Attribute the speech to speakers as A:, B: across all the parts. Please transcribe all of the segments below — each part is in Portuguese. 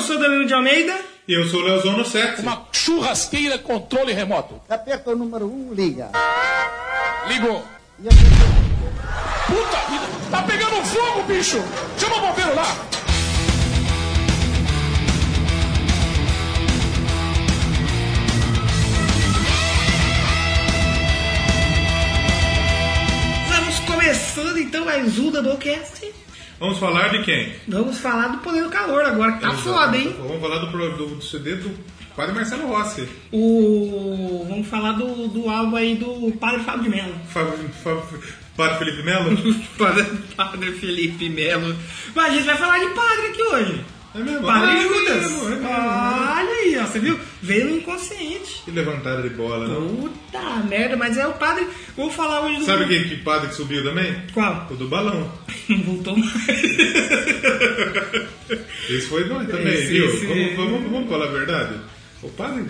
A: sou o Danilo de Almeida.
B: E eu sou o Leozono Sete.
C: Uma churrasqueira controle remoto.
D: Aperta o número 1, um, liga.
C: Ligou.
D: E a gente...
C: Puta vida! Tá pegando fogo, bicho! Chama o bombeiro lá!
A: Vamos começando então mais um Doublecast.
B: Vamos falar de quem?
A: Vamos falar do Poder do Calor agora, que tá foda, hein?
B: Vamos falar do, pro- do, do CD do Padre Marcelo Rossi.
A: O... Vamos falar do, do álbum aí do Padre Fábio de Mello.
B: Fábio- Fábio- Padre Felipe Melo?
A: Padre, padre Felipe Melo. Mas a gente vai falar de padre aqui hoje.
B: É mesmo?
A: Padre
B: Ah, é
A: Judas. Ah.
B: mesmo, é mesmo.
A: Olha aí, ó, você viu? Veio no inconsciente.
B: Que levantada de bola, né?
A: Puta merda, mas é o padre. Vou falar hoje do.
B: Sabe que, que padre que subiu também?
A: Qual?
B: O do balão.
A: Não voltou mais.
B: Esse foi nós também,
A: Esse-
B: viu?
A: esse-
B: Vamos, vamos, vamos falar a verdade? O padre.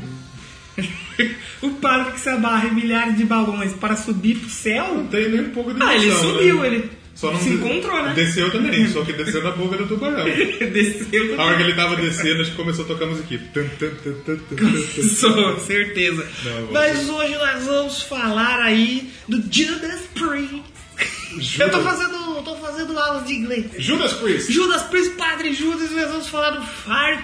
A: o padre que se abarra em milhares de balões para subir pro céu.
B: Não tem nem um pouco de
A: Ah, ele
B: noção,
A: subiu,
B: né?
A: ele se encontrou, né?
B: Desceu também, só Ah, que desceu na boca do tubarão.
A: Desceu.
B: A hora que ele tava descendo, a gente começou a tocar a musiquinha. Tum, tum, tum, tum, tum, tum, tum.
A: Sou, certeza.
B: Não,
A: Mas hoje nós vamos falar aí do Judas Priest. Eu tô fazendo, tô fazendo aulas de inglês.
B: Judas Priest!
A: Judas Priest, Padre Judas, nós vamos falar do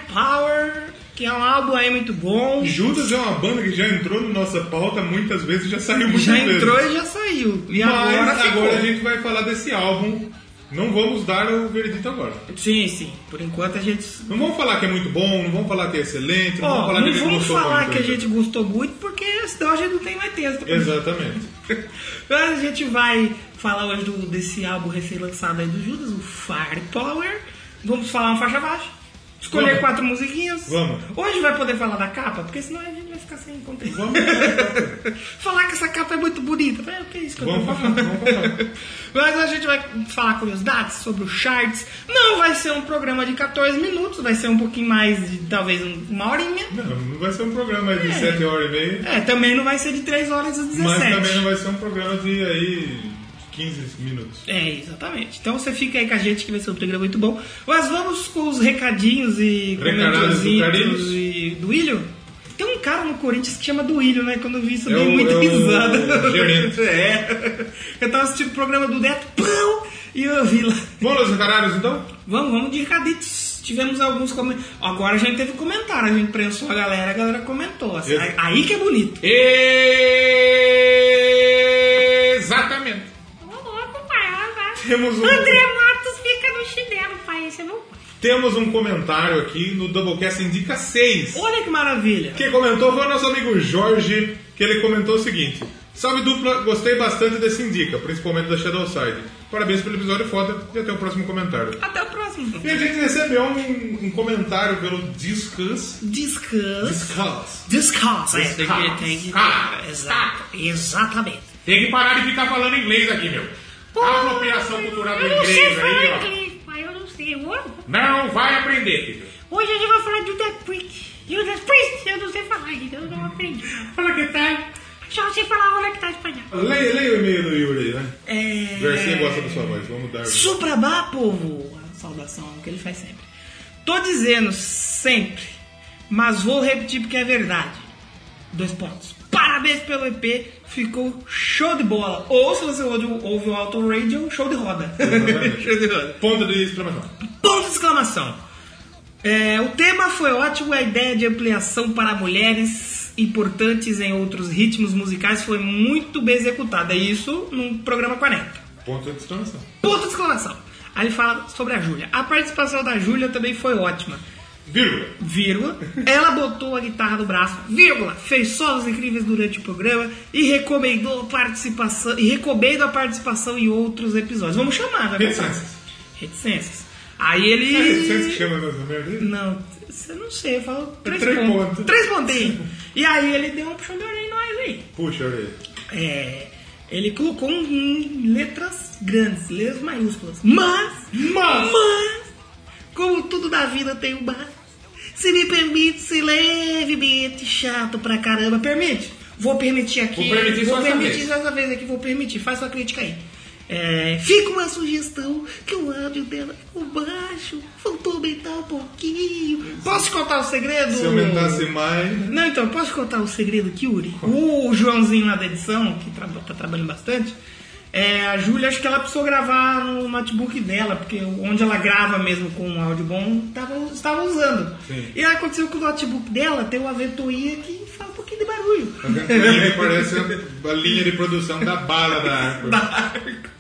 A: Firepower, que é um álbum aí muito bom.
B: Judas é uma banda que já entrou na nossa pauta muitas vezes, já saiu muitas
A: Já
B: vezes.
A: entrou e já saiu. E
B: é Mas
A: agora,
B: agora,
A: ficou.
B: a gente vai falar desse álbum. Não vamos dar o veredito agora.
A: Sim, sim. Por enquanto a gente.
B: Não vamos falar que é muito bom, não vamos falar que é excelente, não
A: Ó,
B: vamos falar
A: não
B: que ele
A: vamos
B: gostou
A: falar
B: muito. então.
A: que a gente gostou muito, porque senão a gente não tem mais texto. pra
B: Exatamente.
A: Mas a gente vai falar hoje do- desse álbum recém-lançado aí do Judas, o Firepower. Vamos falar uma faixa baixa. Escolher
B: Vamos.
A: quatro musiquinhas.
B: Vamos.
A: Hoje vai poder falar da capa, porque senão a gente vai ficar sem conteúdo.
B: Vamos falar,
A: falar que essa capa é muito bonita. É, o que é isso que eu tô
B: vamos falar,
A: falando?
B: vamos falar.
A: Mas a gente vai falar curiosidades sobre o charts. Não vai ser um programa de 14 minutos, vai ser um pouquinho mais de talvez um- uma horinha.
B: Não, não vai ser um programa de
A: É.
B: 7 horas e meia,
A: É, também não vai ser de 3 horas e 17.
B: mas também não vai ser um programa de aí 15 minutos.
A: É, exatamente. Então você fica aí com a gente que vai ser um programa muito bom. Mas vamos com os recadinhos e
B: Recadados do Carlinhos.
A: comentários e do William. Tem um cara no Corinthians que chama do William, né? Quando eu vi isso, eu
B: É
A: dei
B: o-
A: muita
B: é o
A: risada.
B: gerente.
A: É. Eu tava assistindo o programa do Neto Pão, e eu vi lá.
B: Vamos aos recarários então?
A: Vamos, vamos de recaditos. Tivemos alguns comentários. Agora a gente teve um comentário, a gente prensou a galera, a galera comentou. Assim,
B: Eu-
A: aí- Aí que é bonito.
B: Exatamente.
E: Ô louco, pai, ó, vai.
B: Temos um-
E: André Matos fica no chinelo, pai. Você não.
B: Temos um comentário aqui no Doublecast Indica 6.
A: Olha que maravilha.
B: Quem comentou foi o nosso amigo Jorge, que ele comentou o seguinte: Salve dupla, gostei bastante desse Indica, principalmente da Shadow Side. Parabéns pelo episódio foda e até o próximo comentário.
A: Até o próximo.
B: E a gente recebeu um, um comentário pelo Discuss.
A: Discuss.
B: Discuss.
A: Descalça. É, tem
B: Descalça.
A: que, tem que,
B: Cara,
A: exato, exatamente.
B: Tem que parar de ficar falando inglês aqui, meu. Apropriação cultural do
E: Eu não sei
B: inglês aí,
E: falar
B: ó.
E: inglês, pai. Eu não sei. Ô,
B: Não vai aprender, filho.
E: Hoje a gente vai falar de Judas Priest. Judas Priest, eu não sei falar ainda. Eu não aprendi.
B: Fala que tá.
E: Só sei falar hora que tá espanhol.
B: Leia, leia o e-mail do Yuri, né?
A: É...
B: Garcia gosta da sua voz, vamos dar.
A: Suprabá, povo! A saudação que ele faz sempre. Tô dizendo sempre, mas vou repetir porque é verdade. Dois pontos. Parabéns pelo EP, ficou show de bola. Ou se você ouve, ouve o Auto Radio, show de roda.
B: Exatamente.
A: show de roda.
B: Ponto de exclamação.
A: Ponto de exclamação. É, o tema foi ótimo, a ideia de ampliação para mulheres importantes em outros ritmos musicais foi muito bem executada. Isso num programa 40.
B: Ponto de exclamação.
A: Ponto de exclamação. Aí ele fala sobre a Júlia. A participação da Júlia também foi ótima.
B: Vírgula.
A: Vírgula. Ela botou a guitarra no braço. Vírgula. Fez solos incríveis durante o programa e recomendou a participação e recomendo a participação em outros episódios. Vamos chamar, vai
B: Reticências.
A: Reticências. Aí
B: É reticência que
A: ele
B: chama nessa merda aí?
A: Não, você não sei, eu falo três,
B: Três
A: pontos.
B: pontos.
A: Três pontinhos. E aí ele deu um puxão de orelha em nós aí.
B: Puxa, olha aí.
A: É, ele colocou um- um- letras grandes, letras maiúsculas. Mas, mas, como tudo na vida tem um mas, se me permite, se levemente chato pra caramba, permite? Vou permitir aqui,
B: Vou permitir só essa
A: permitir
B: vez.
A: só essa vez aqui, vou permitir, faz sua crítica aí. É, fica uma sugestão que o áudio dela ficou baixo, faltou aumentar um pouquinho. Posso Posso te contar o segredo?
B: Se aumentasse mais.
A: Não, então, posso te contar o segredo aqui, Uri? O Joãozinho lá da edição, que tra- tá trabalhando bastante, é, a Júlia, acho que ela precisou gravar no notebook dela, porque onde ela grava mesmo com um áudio bom, tava, estava usando.
B: Sim.
A: E aí aconteceu que o notebook dela tem uma ventoinha que faz um pouquinho de barulho.
B: A ventoinha parece a, a linha de produção da bala da árvore.
A: barco.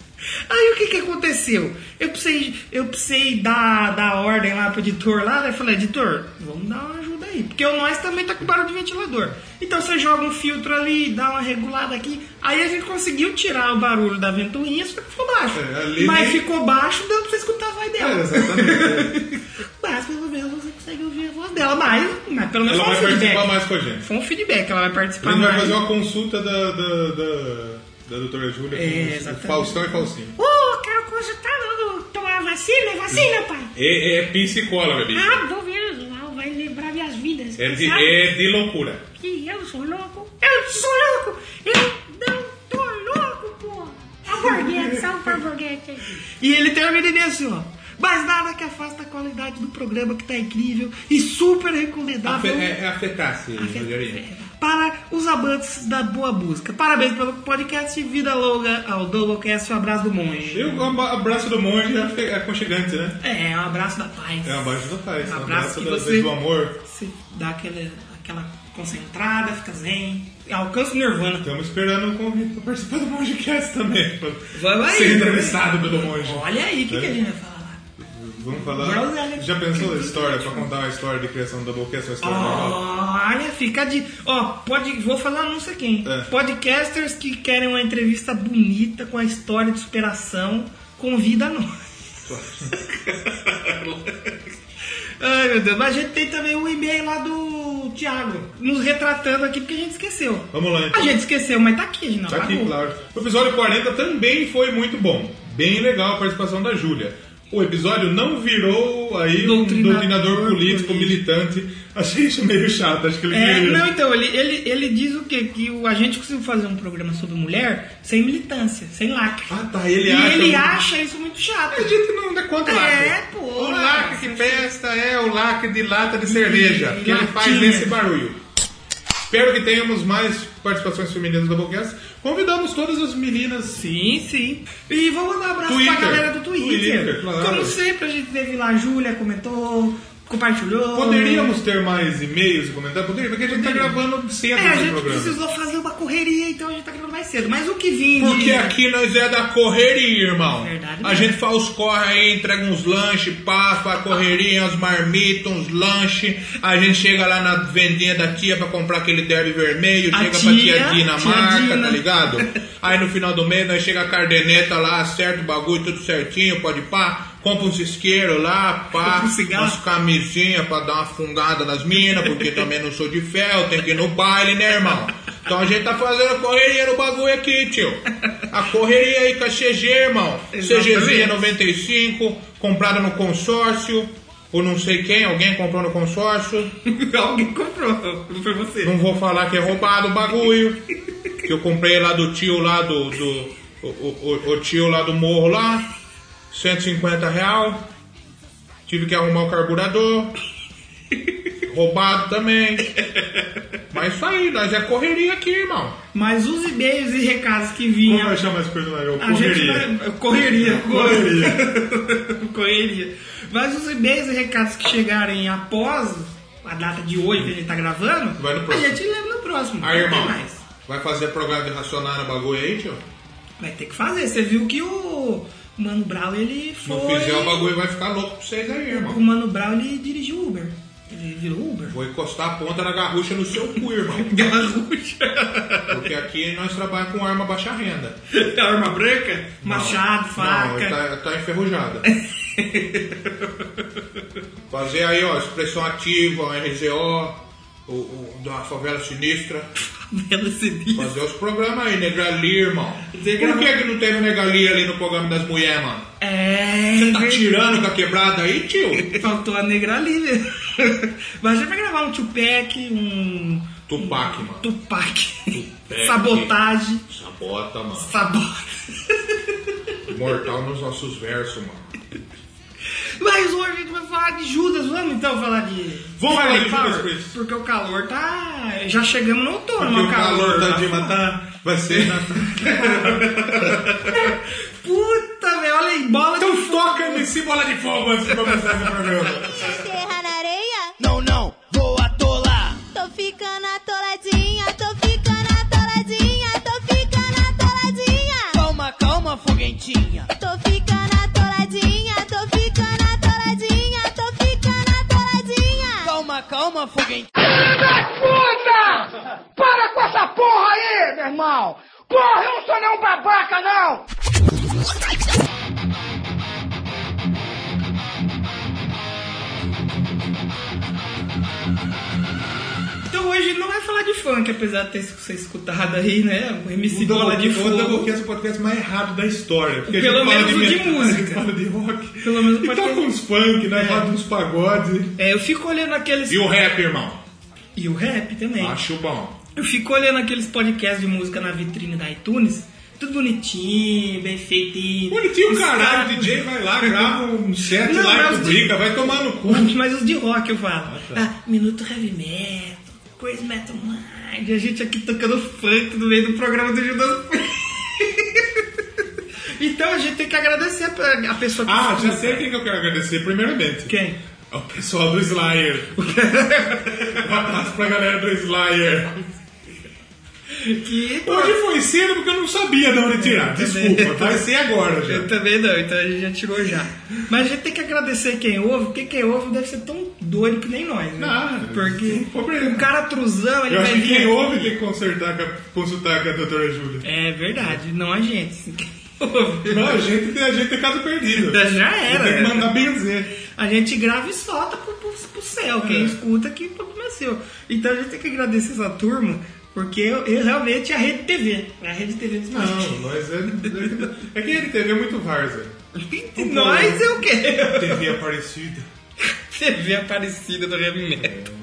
A: Aí o que que aconteceu? Eu precisei, eu precisei dar, dar ordem lá pro editor lá, né? Eu falei, editor, vamos dar uma ajuda aí. Porque o nós também tá com barulho de ventilador. Então você joga um filtro ali, dá uma regulada aqui. Aí a gente conseguiu tirar o barulho da ventoinha, só que ficou baixo.
B: É, ali
A: Mas
B: nem-
A: ficou baixo, deu pra você escutar a voz
B: É,
A: dela.
B: exatamente. é.
A: Mas pelo menos você consegue ouvir a voz dela. Mas, mas pelo menos foi
B: Ela
A: um
B: vai participar
A: feedback.
B: mais com a gente.
A: Foi um feedback, ela vai
B: A
A: participar
B: gente vai
A: mais.
B: fazer uma consulta da, da, da, da doutora Júlia
A: É,
B: com o
A: exatamente.
B: Faustão e Falsinho.
E: Ô, quero consultar logo. Tomar vacina, é vacina, pai.
B: É, é psicóloga, bicho.
E: Ah, vou ver lá, vai lembrar minhas vidas.
B: É de,
E: sabe
B: é de loucura.
E: que eu sou louco. Eu sou louco. Eu não tô louco, pô. Alborguete, só um alborguete aí.
A: E ele termina assim, ó. Mas nada que afasta a qualidade do programa que tá incrível e super recomendável
B: é, afetasse, é.
A: é. para os amantes da boa música. Parabéns pelo podcast e vida longa ao Doublecast e um abraço do monge.
B: E o aba- abraço do monge é afe- é aconchegante, né?
A: É, um abraço da paz.
B: É um abraço do pai, é um
A: Abraço
B: abraço
A: que
B: da-
A: você-
B: do amor.
A: Você dá aquela, aquela concentrada, fica zen, alcança o nirvana.
B: Estamos esperando o convite para participar do Mongecast também.
A: Vai, vai,
B: Ser
A: vai.
B: entrevistado pelo monge.
A: Olha aí, o que, que
B: né?
A: a gente vai falar lá?
B: Vamos falar.
A: Groselha.
B: Já pensou a história, pra contar uma história de criação do Doublecast, uma
A: Ah.
B: história normal?
A: Olha, fica de. Ó, pode. Vou um falar não sei quem.
B: É.
A: Podcasters que querem uma entrevista bonita com a história de superação, convida nós. Ai meu Deus, mas a gente tem também um e-mail lá do Thiago, nos retratando aqui porque a gente esqueceu.
B: Vamos lá, então.
A: A gente esqueceu, mas tá aqui, a gente não
B: Tá aqui,
A: apagou.
B: claro. O episódio 40 também foi muito bom. Bem legal a participação da Júlia. O episódio não virou aí um
A: Doutrinador
B: doutrinador
A: político.
B: político, militante. Achei isso meio chato, acho que ele
A: É,
B: queria-
A: não, então, ele, ele, ele diz o quê? Que o, a gente conseguiu fazer um programa sobre mulher sem militância, sem lacre.
B: Ah, tá, ele
A: e
B: acha
A: ele
B: um-
A: acha isso muito chato.
B: A gente não dá conta
A: É,
B: lacre.
A: pô,
B: O lacre que
A: lacre.
B: festa é o lacre de lata de cerveja, que ele faz
A: latinha.
B: nesse barulho. Espero que tenhamos mais participações femininas do Doublecast. Convidamos todas as meninas.
A: Sim, sim. E vou mandar um abraço
B: Twitter.
A: pra galera do Twitter.
B: Twitter, claro.
A: Como sempre, a gente teve lá, a Júlia comentou, compartilhou.
B: Poderíamos ter mais e-mails e comentários? Poderia, porque a gente está gravando cedo
A: É, a
B: esse
A: gente
B: programa.
A: precisou fazer uma correria, então a gente tá gravando mais cedo. Mas o que vinha.
B: Porque aqui nós é da correria, irmão.
A: Verdade
B: a
A: mesmo.
B: gente faz os corre aí, entrega uns lanches, passa a correria, uns marmitas, uns lanches. A gente chega lá na vendinha da tia pra comprar aquele derby vermelho,
A: A
B: chega pra
A: tia,
B: tia Dina
A: tia
B: marca,
A: Dina.
B: tá ligado? Aí no final do mês nós chega a cardeneta lá, acerta o bagulho, tudo certinho, pode pá. Compra uns isqueiros lá, pá,
A: Compra um cigarro.
B: umas camisinhas pra dar uma fungada nas minas, porque também não sou de fel, tem que ir no baile, né, irmão? Então a gente tá fazendo correria no bagulho aqui, tio. A correria aí com a CG, irmão.
A: Exatamente.
B: CGzinha 95, comprada no consórcio, ou não sei quem, alguém comprou no consórcio.
A: Alguém comprou, não foi você.
B: Não vou falar que é roubado o bagulho. Que eu comprei lá do tio lá do. do o, o- o- o tio lá do morro lá. 150 real. Tive que arrumar o carburador. Roubado também. Mas isso aí, nós é correria aqui, irmão.
A: Mas os e-mails e recados que vinham.
B: chamar é esse personagem?
A: A gente vai- correria.
B: Correria.
A: Correria. Mas os e-mails e recados que chegarem após a data de hoje que a gente tá gravando,
B: Vai no
A: a
B: próximo.
A: gente leva no próximo. não
B: Aí,
A: tem
B: irmão.
A: mais.
B: Vai fazer programa de racionar no bagulho aí, tio?
A: Vai ter que fazer. Você viu que o Mano Brown ele
B: Se
A: foi.
B: não fizer o bagulho, vai ficar louco pra vocês aí,
A: O
B: irmão.
A: Mano Brown ele dirigiu Uber. Ele virou Uber.
B: Vou encostar a ponta na garrucha no seu cu, irmão.
A: Garrucha.
B: Porque aqui nós trabalhamos com arma baixa renda.
A: Arma branca? Machado,
B: Não,
A: faca.
B: tá, tá enferrujada. Fazer aí, ó, expressão ativa, um o RZO, o, o, da favela sinistra.
A: Bela sinistra.
B: Fazer os programas aí, Negali, irmão. Por que,
A: Dizer que não-
B: que não teve Negali ali no programa das mulheres, mano?
A: É.
B: Você tá
A: verdade.
B: tirando com a quebrada aí, tio?
A: Faltou a negra ali, né? Mas já vai gravar um Tupac, um.
B: Tupac, mano.
A: Tupac. Sabotagem.
B: Sabota, mano.
A: Sabota.
B: Mortal nos nossos versos, mano.
A: Mas hoje a gente vai falar de Judas, vamos então falar de.
B: Vamos falar de
A: Power,
B: Judas Priest.
A: Porque o calor tá. Já chegamos no outono,
B: Porque
A: mas
B: o um calor da
A: tá-
B: Dima tá. Vai ser.
A: Puta, velho, olha aí, bola de
B: Então toca MC Bola de Fogo antes de começar esse programa.
F: Terra na areia,
G: Não, não, vou atolar.
F: tô ficando atoladinha, tô ficando atoladinha, tô ficando atoladinha.
G: Calma, calma, foguentinha.
F: Tô ficando atoladinha, tô ficando atoladinha, tô ficando atoladinha.
G: Calma, calma, foguentinha.
C: Puta! Para com essa porra aí, meu irmão! Porra, eu não sou nenhum babaca, não!
A: Então hoje a gente não vai falar de funk, apesar de ter você escutado aí, né? O MC Bola de
B: O
A: Fogo.
B: Doublecast é o podcast mais errado da história. Porque
A: Pelo
B: a gente
A: menos o
B: fala de
A: de
B: metal,
A: música.
B: a gente Fala de rock.
A: Pelo menos o
B: e toca
A: podcast-
B: uns funk, né?
A: É.
B: Fala de uns pagodes.
A: É, eu fico olhando aqueles.
B: E o rap, irmão?
A: E o rap também.
B: Acho bom.
A: Eu fico olhando aqueles podcasts de música na vitrine da iTunes, tudo bonitinho, bem feitinho.
B: Bonitinho,
A: Os
B: um caralho.
A: caras-
B: O DJ vai lá, grava um set
A: Não,
B: lá e
A: mas-
B: publica. Vai tomar no cu.
A: Mas os de rock eu falo.
B: tá.
A: Ah, Minuto Heavy Metal, Crazy Metal Mind, a gente aqui tocando funk no meio do programa do Judas Priest. Então a gente tem que agradecer pra- a pessoa que
B: Ah, já
A: escuta.
B: sei quem que eu quero agradecer primeiramente.
A: Quem?
B: É o pessoal do Slayer. um abraço pra galera do Slayer.
A: Que
B: Hoje foi cedo porque eu não sabia de onde tirar. Desculpa, tá? vai ser agora
A: Eu
B: já.
A: também não, então a gente já tirou já. Mas a gente tem que agradecer quem ouve, porque quem ouve deve ser tão doido que nem nós, né?
B: Não,
A: porque
B: Ah, não problema.
A: o cara trusão, ele
B: Eu acho
A: vai
B: que quem
A: vir.
B: ouve tem que consertar, com a- consultar com a doutora Júlia.
A: É verdade, não a gente. assim, Quem ouve.
B: Não, a gente, tem- a gente tem caso perdido.
A: Já era.
B: Tem que
A: né?
B: mandar benzer.
A: A gente grava e solta pro, pro, pro céu. Quem escuta que problema é seu. Então a gente tem que agradecer essa turma, porque eu, eu realmente a Rede TV. A Rede TV dos
B: Não, nós é. É que ele teve muito Varza.
A: E nós é o quê?
B: TV Aparecida.
A: TV Aparecida do Heavy Metal.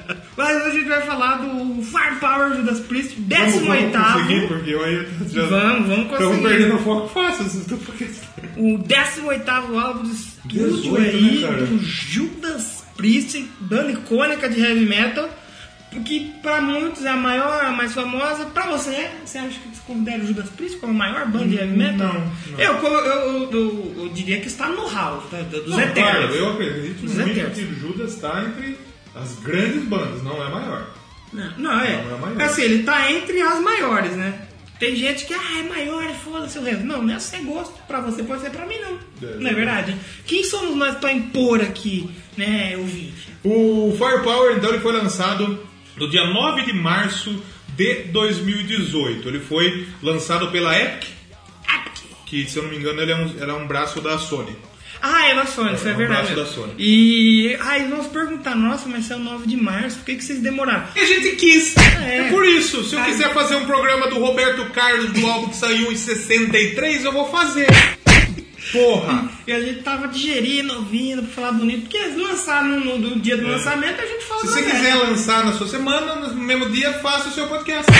B: É.
A: Mas hoje a gente vai falar do Firepower Judas Priest, 18
B: Vamos, vamos conseguir,
A: vamos,
B: porque olha. Já...
A: Vamos, vamos
B: Estamos
A: conseguir.
B: perdendo o foco fácil. vocês estão porque-
A: o 18 álbum de estúdio
B: 18,
A: aí
B: né, cara?
A: do Judas Priest, banda icônica de heavy metal, que pra muitos é a maior, a mais famosa. Pra você, é? você acha que você considera o Judas Priest como a maior banda de heavy metal?
B: Não, não.
A: Eu, colo- eu, eu, eu- eu diria que está no hall tá? dos
B: Não,
A: eternos.
B: claro, eu acredito
A: Os
B: muito
A: eternos.
B: que o Judas está entre as grandes bandas, não é a maior.
A: Não, não, é.
B: Não, é a maior.
A: Assim, ele tá entre as maiores, né? Tem gente que, ah, é maior, foda-se o resto. Não, não é seu gosto. Pra você pode ser pra mim, não.
B: É.
A: não é verdade? Quem somos nós pra impor aqui, né, ouvinte?
B: O Firepower, então, ele foi lançado no dia 9 de março de 2018. Ele foi lançado pela Epic, que, se eu não me engano, ele é um, era um braço da Sony.
A: Ah, é da Sony, isso é,
B: É um
A: verdade.
B: abraço
A: mesmo.
B: da Sony.
A: E aí vão se perguntar, nossa, mas isso é o 9 de março, por que, que vocês demoraram?
B: E a gente quis.
A: É.
B: É por isso, se eu
A: Tá.
B: quiser fazer um programa do Roberto Carlos do álbum que saiu em 63, eu vou fazer. Porra!
A: E a gente tava digerindo, ouvindo, pra falar bonito, porque eles lançaram no, no dia do lançamento, a gente fala
B: É. Se
A: do
B: você
A: resto.
B: quiser lançar na sua semana, no mesmo dia, faça o seu podcast.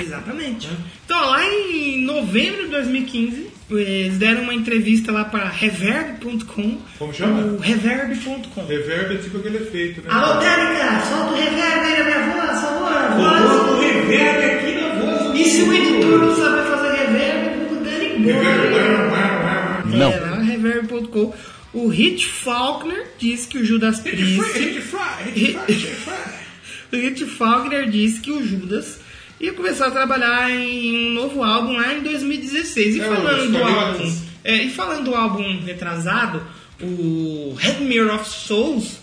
A: Exatamente. Então, lá em novembro de 2015, eles deram uma entrevista lá para reverb.com.
B: Como chama?
A: O Reverb.com.
B: Reverb é tipo aquele efeito, né?
A: Alô, Técnica, solta o reverb aí na minha voz, por favor.
B: Colocou o reverb aqui na voz.
A: E se o editor não saber fazer reverb, o Dani Boy.
D: Não.
A: É, lá, reverb.com. O Rich Faulkner disse que o Judas Priest. O Rich Faulkner disse que o Judas ia começar a trabalhar em um novo álbum lá em 2016. E
B: É,
A: falando
B: os
A: do
B: Coyotes.
A: álbum, é, e falando do álbum retrasado, o Red Mirror of Souls,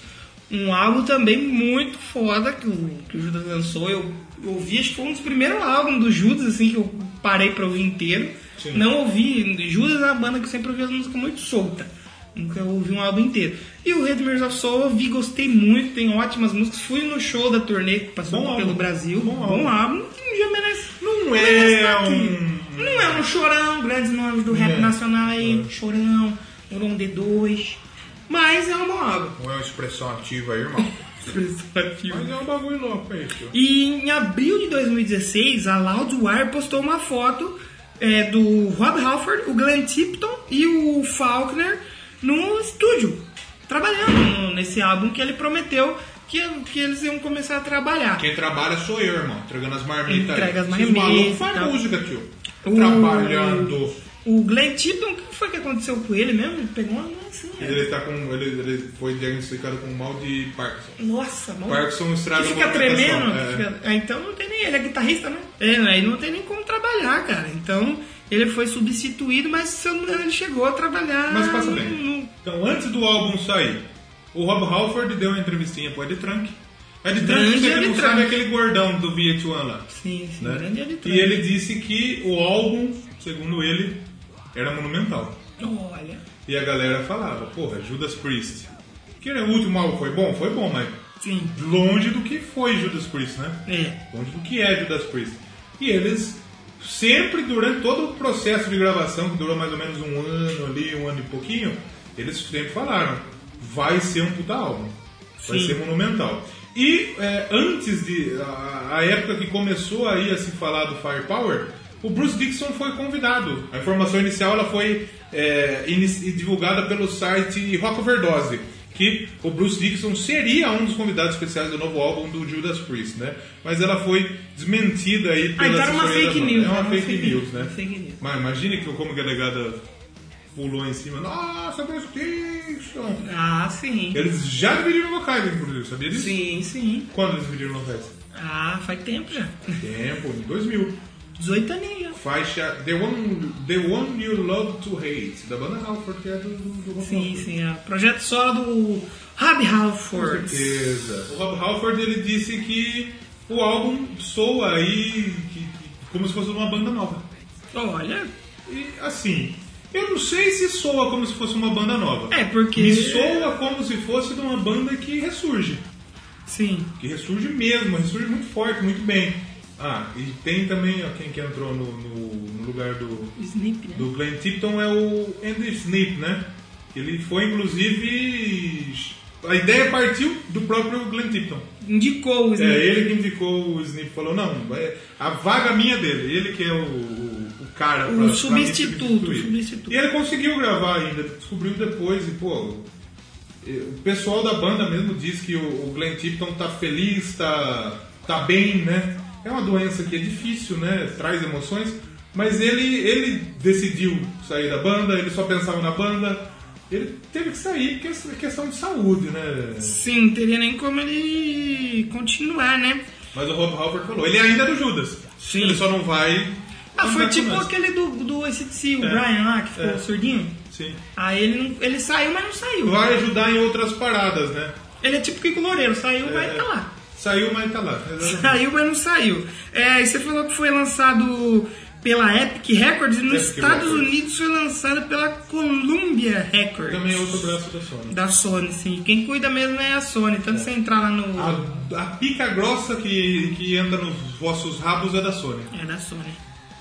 A: um álbum também muito foda que o, que o Judas lançou. Eu eu ouvi, acho que foi um dos primeiros álbuns do Judas assim que eu parei pra ouvir inteiro.
B: Sim.
A: Não ouvi Judas é uma banda que eu sempre ouvi as músicas muito solta. Nunca ouvi um álbum inteiro. E o Red Mirror of Soul eu vi, gostei muito, tem ótimas músicas. Fui no show da turnê que passou
B: Bom
A: pelo
B: álbum.
A: Brasil.
B: Bom
A: Bom,
B: álbum.
A: álbum. que já merece.
B: Não
A: merece
B: é
A: tá aqui.
B: um-
A: Não é um chorão, grandes nomes do rap
B: É.
A: nacional aí. Chorão, Moron D2. Mas é um bom álbum.
B: Não é uma expressão ativa aí, irmão. Mas é um bagulho louco aí, tio.
A: E em abril de 2016, a Loudwire postou uma foto é, do Rob Halford, o Glenn Tipton e o Faulkner no estúdio, trabalhando no- nesse álbum que ele prometeu que, que eles iam começar a trabalhar.
B: Quem trabalha sou eu, irmão. Entregando as marmitas. aí.
A: Entrega as
B: Esses
A: marmitas,
B: malucos faz
A: tá.
B: música, tio.
A: O-
B: Trabalhando.
A: O Glenn Tipton, o que foi que aconteceu com ele mesmo? Ele pegou uma doença. né?
B: Ele, tá com, ele, ele foi diagnosticado com mal de Parkinson.
A: Nossa, mano.
B: Parkinson estraga
A: Que
B: a
A: fica
B: movimentação,
A: tremendo.
B: é.
A: que fica- Ah, Então não tem nem. Ele é guitarrista, né? É, aí não tem nem como trabalhar, cara. Então ele foi substituído, mas se eu não me engano, ele chegou a trabalhar.
B: Mas passa
A: no-
B: bem.
A: no-
B: Então, antes do álbum sair, o Rob Halford deu uma entrevistinha pro Ed Trunk. Ed
A: Grande
B: Trunk, pra você que
A: Ed
B: não sabe,
A: Trunk.
B: é aquele gordão do VH1 lá.
A: Sim, sim.
B: né?
A: Grande editor.
B: E ele disse que o álbum, segundo ele, era monumental.
A: Olha.
B: E a galera falava, porra, Judas Priest. Que era o último álbum, foi bom? Foi bom, mas
A: Sim.
B: longe do que foi Judas Priest, né?
A: É.
B: Longe do que é Judas Priest. E eles sempre, durante todo o processo de gravação, que durou mais ou menos um ano ali, um ano e pouquinho, eles sempre falaram, vai ser um puta álbum. Vai
A: Sim.
B: ser monumental. E é, antes de. A, a época que começou aí a se falar do Firepower, o Bruce Dixon foi convidado. A informação inicial ela foi é, inici- divulgada pelo site Rock Overdose, que o Bruce Dixon seria um dos convidados especiais do novo álbum do Judas Priest, né? Mas ela foi desmentida aí pela
A: Ah, então era uma
B: assessoria da
A: fake
B: banda.
A: news.
B: É uma
A: era
B: fake, news, né?
A: Fake news.
B: Mas imagine que, como que a delegada pulou em cima. Nossa, Bruce Dixon!
A: Ah, sim.
B: Eles já dividiram locais, inclusive, sabia disso?
A: Sim, sim.
B: Quando eles dividiram locais?
A: Ah, faz tempo já.
B: Tempo, em 2000.
A: 18 aninhos.
B: Faixa The One, The One You Love to Hate, da banda Halford, que é do, do, do Rob
A: Sim,
B: Halford.
A: sim. é. Projeto solo do Rob
B: Com
A: Halford.
B: certeza. O Rob Halford ele disse que o álbum soa aí que- que- como se fosse uma banda nova.
A: Olha.
B: E assim, eu não sei se soa como se fosse uma banda nova.
A: É, porque-
B: Me soa como se fosse de uma banda que ressurge.
A: Sim.
B: que ressurge mesmo, ressurge muito forte, muito bem. Ah, e tem também, ó, quem que entrou no, no- no lugar do,
A: Snip, né?
B: do Glenn Tipton é o Andy Snape, né? Ele foi, inclusive... A ideia partiu do próprio Glenn Tipton.
A: Indicou o
B: É
A: Snip.
B: ele que indicou o Snape, falou, não, vai- a vaga minha dele, ele que é o, o- o cara
A: O
B: pra- pra me
A: substituto,
B: substituir.
A: substituto.
B: E ele conseguiu gravar ainda, descobriu depois e, pô, o pessoal da banda mesmo diz que o, o Glenn Tipton tá feliz, tá, tá bem, né? É uma doença que é difícil, né? Traz emoções. Mas ele, ele decidiu sair da banda, ele só pensava na banda. Ele teve que sair porque é questão de saúde, né?
A: Sim, não teria nem como ele continuar, né?
B: Mas o Rob Halford falou, ele ainda é do Judas.
A: Sim.
B: Ele só não vai.
A: Ah,
B: não
A: foi
B: vai
A: tipo
B: começar.
A: aquele do, do ACDC, o
B: É.
A: Brian lá, que ficou
B: É.
A: surdinho.
B: Sim.
A: Aí ele, não, ele saiu, mas não saiu.
B: Vai ajudar em outras paradas, né?
A: Ele é tipo Kiko Loureiro, saiu, mas
B: É.
A: tá lá.
B: Saiu, mas tá lá. Exatamente.
A: Saiu, mas não saiu. É, e você falou que foi lançado pela Epic Records e nos
B: Epic
A: Estados
B: Records.
A: Unidos foi lançado pela Columbia Records.
B: Também é outro braço da Sony.
A: Da Sony, sim. Quem cuida mesmo é a Sony. Tanto você entrar lá no.
B: A, a pica grossa que, que anda nos vossos rabos é da Sony.
A: É da Sony.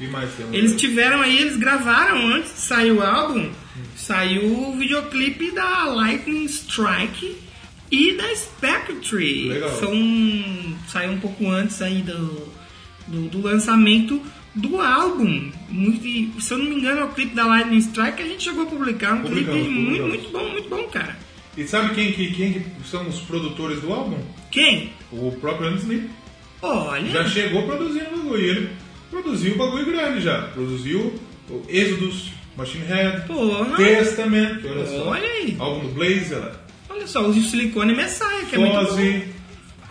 B: E mais temos.
A: Eles tiveram aí, eles gravaram antes de sair o álbum, saiu o videoclipe da Lightning Strike e da Spectre.
B: Legal.
A: São, saiu um pouco antes aí do, do, do lançamento do álbum. Muito- e, se eu não me engano, é o clipe da Lightning Strike a gente chegou a publicar um
B: Publicamos,
A: clipe muito,
B: publicamos.
A: muito bom, muito bom, cara.
B: E sabe quem que, quem que são os produtores do álbum?
A: Quem?
B: O próprio Andy Smith.
A: Olha,
B: Já chegou produzindo o bagulho. Ele produziu o bagulho grande já. Produziu o Exodus, Machine Head,
A: Porra.
B: Testament. Olha, só.
A: Olha aí.
B: Álbum do Blazer. lá.
A: olha só, os Silicone Messiah, que é muito bom.
B: Fozzy,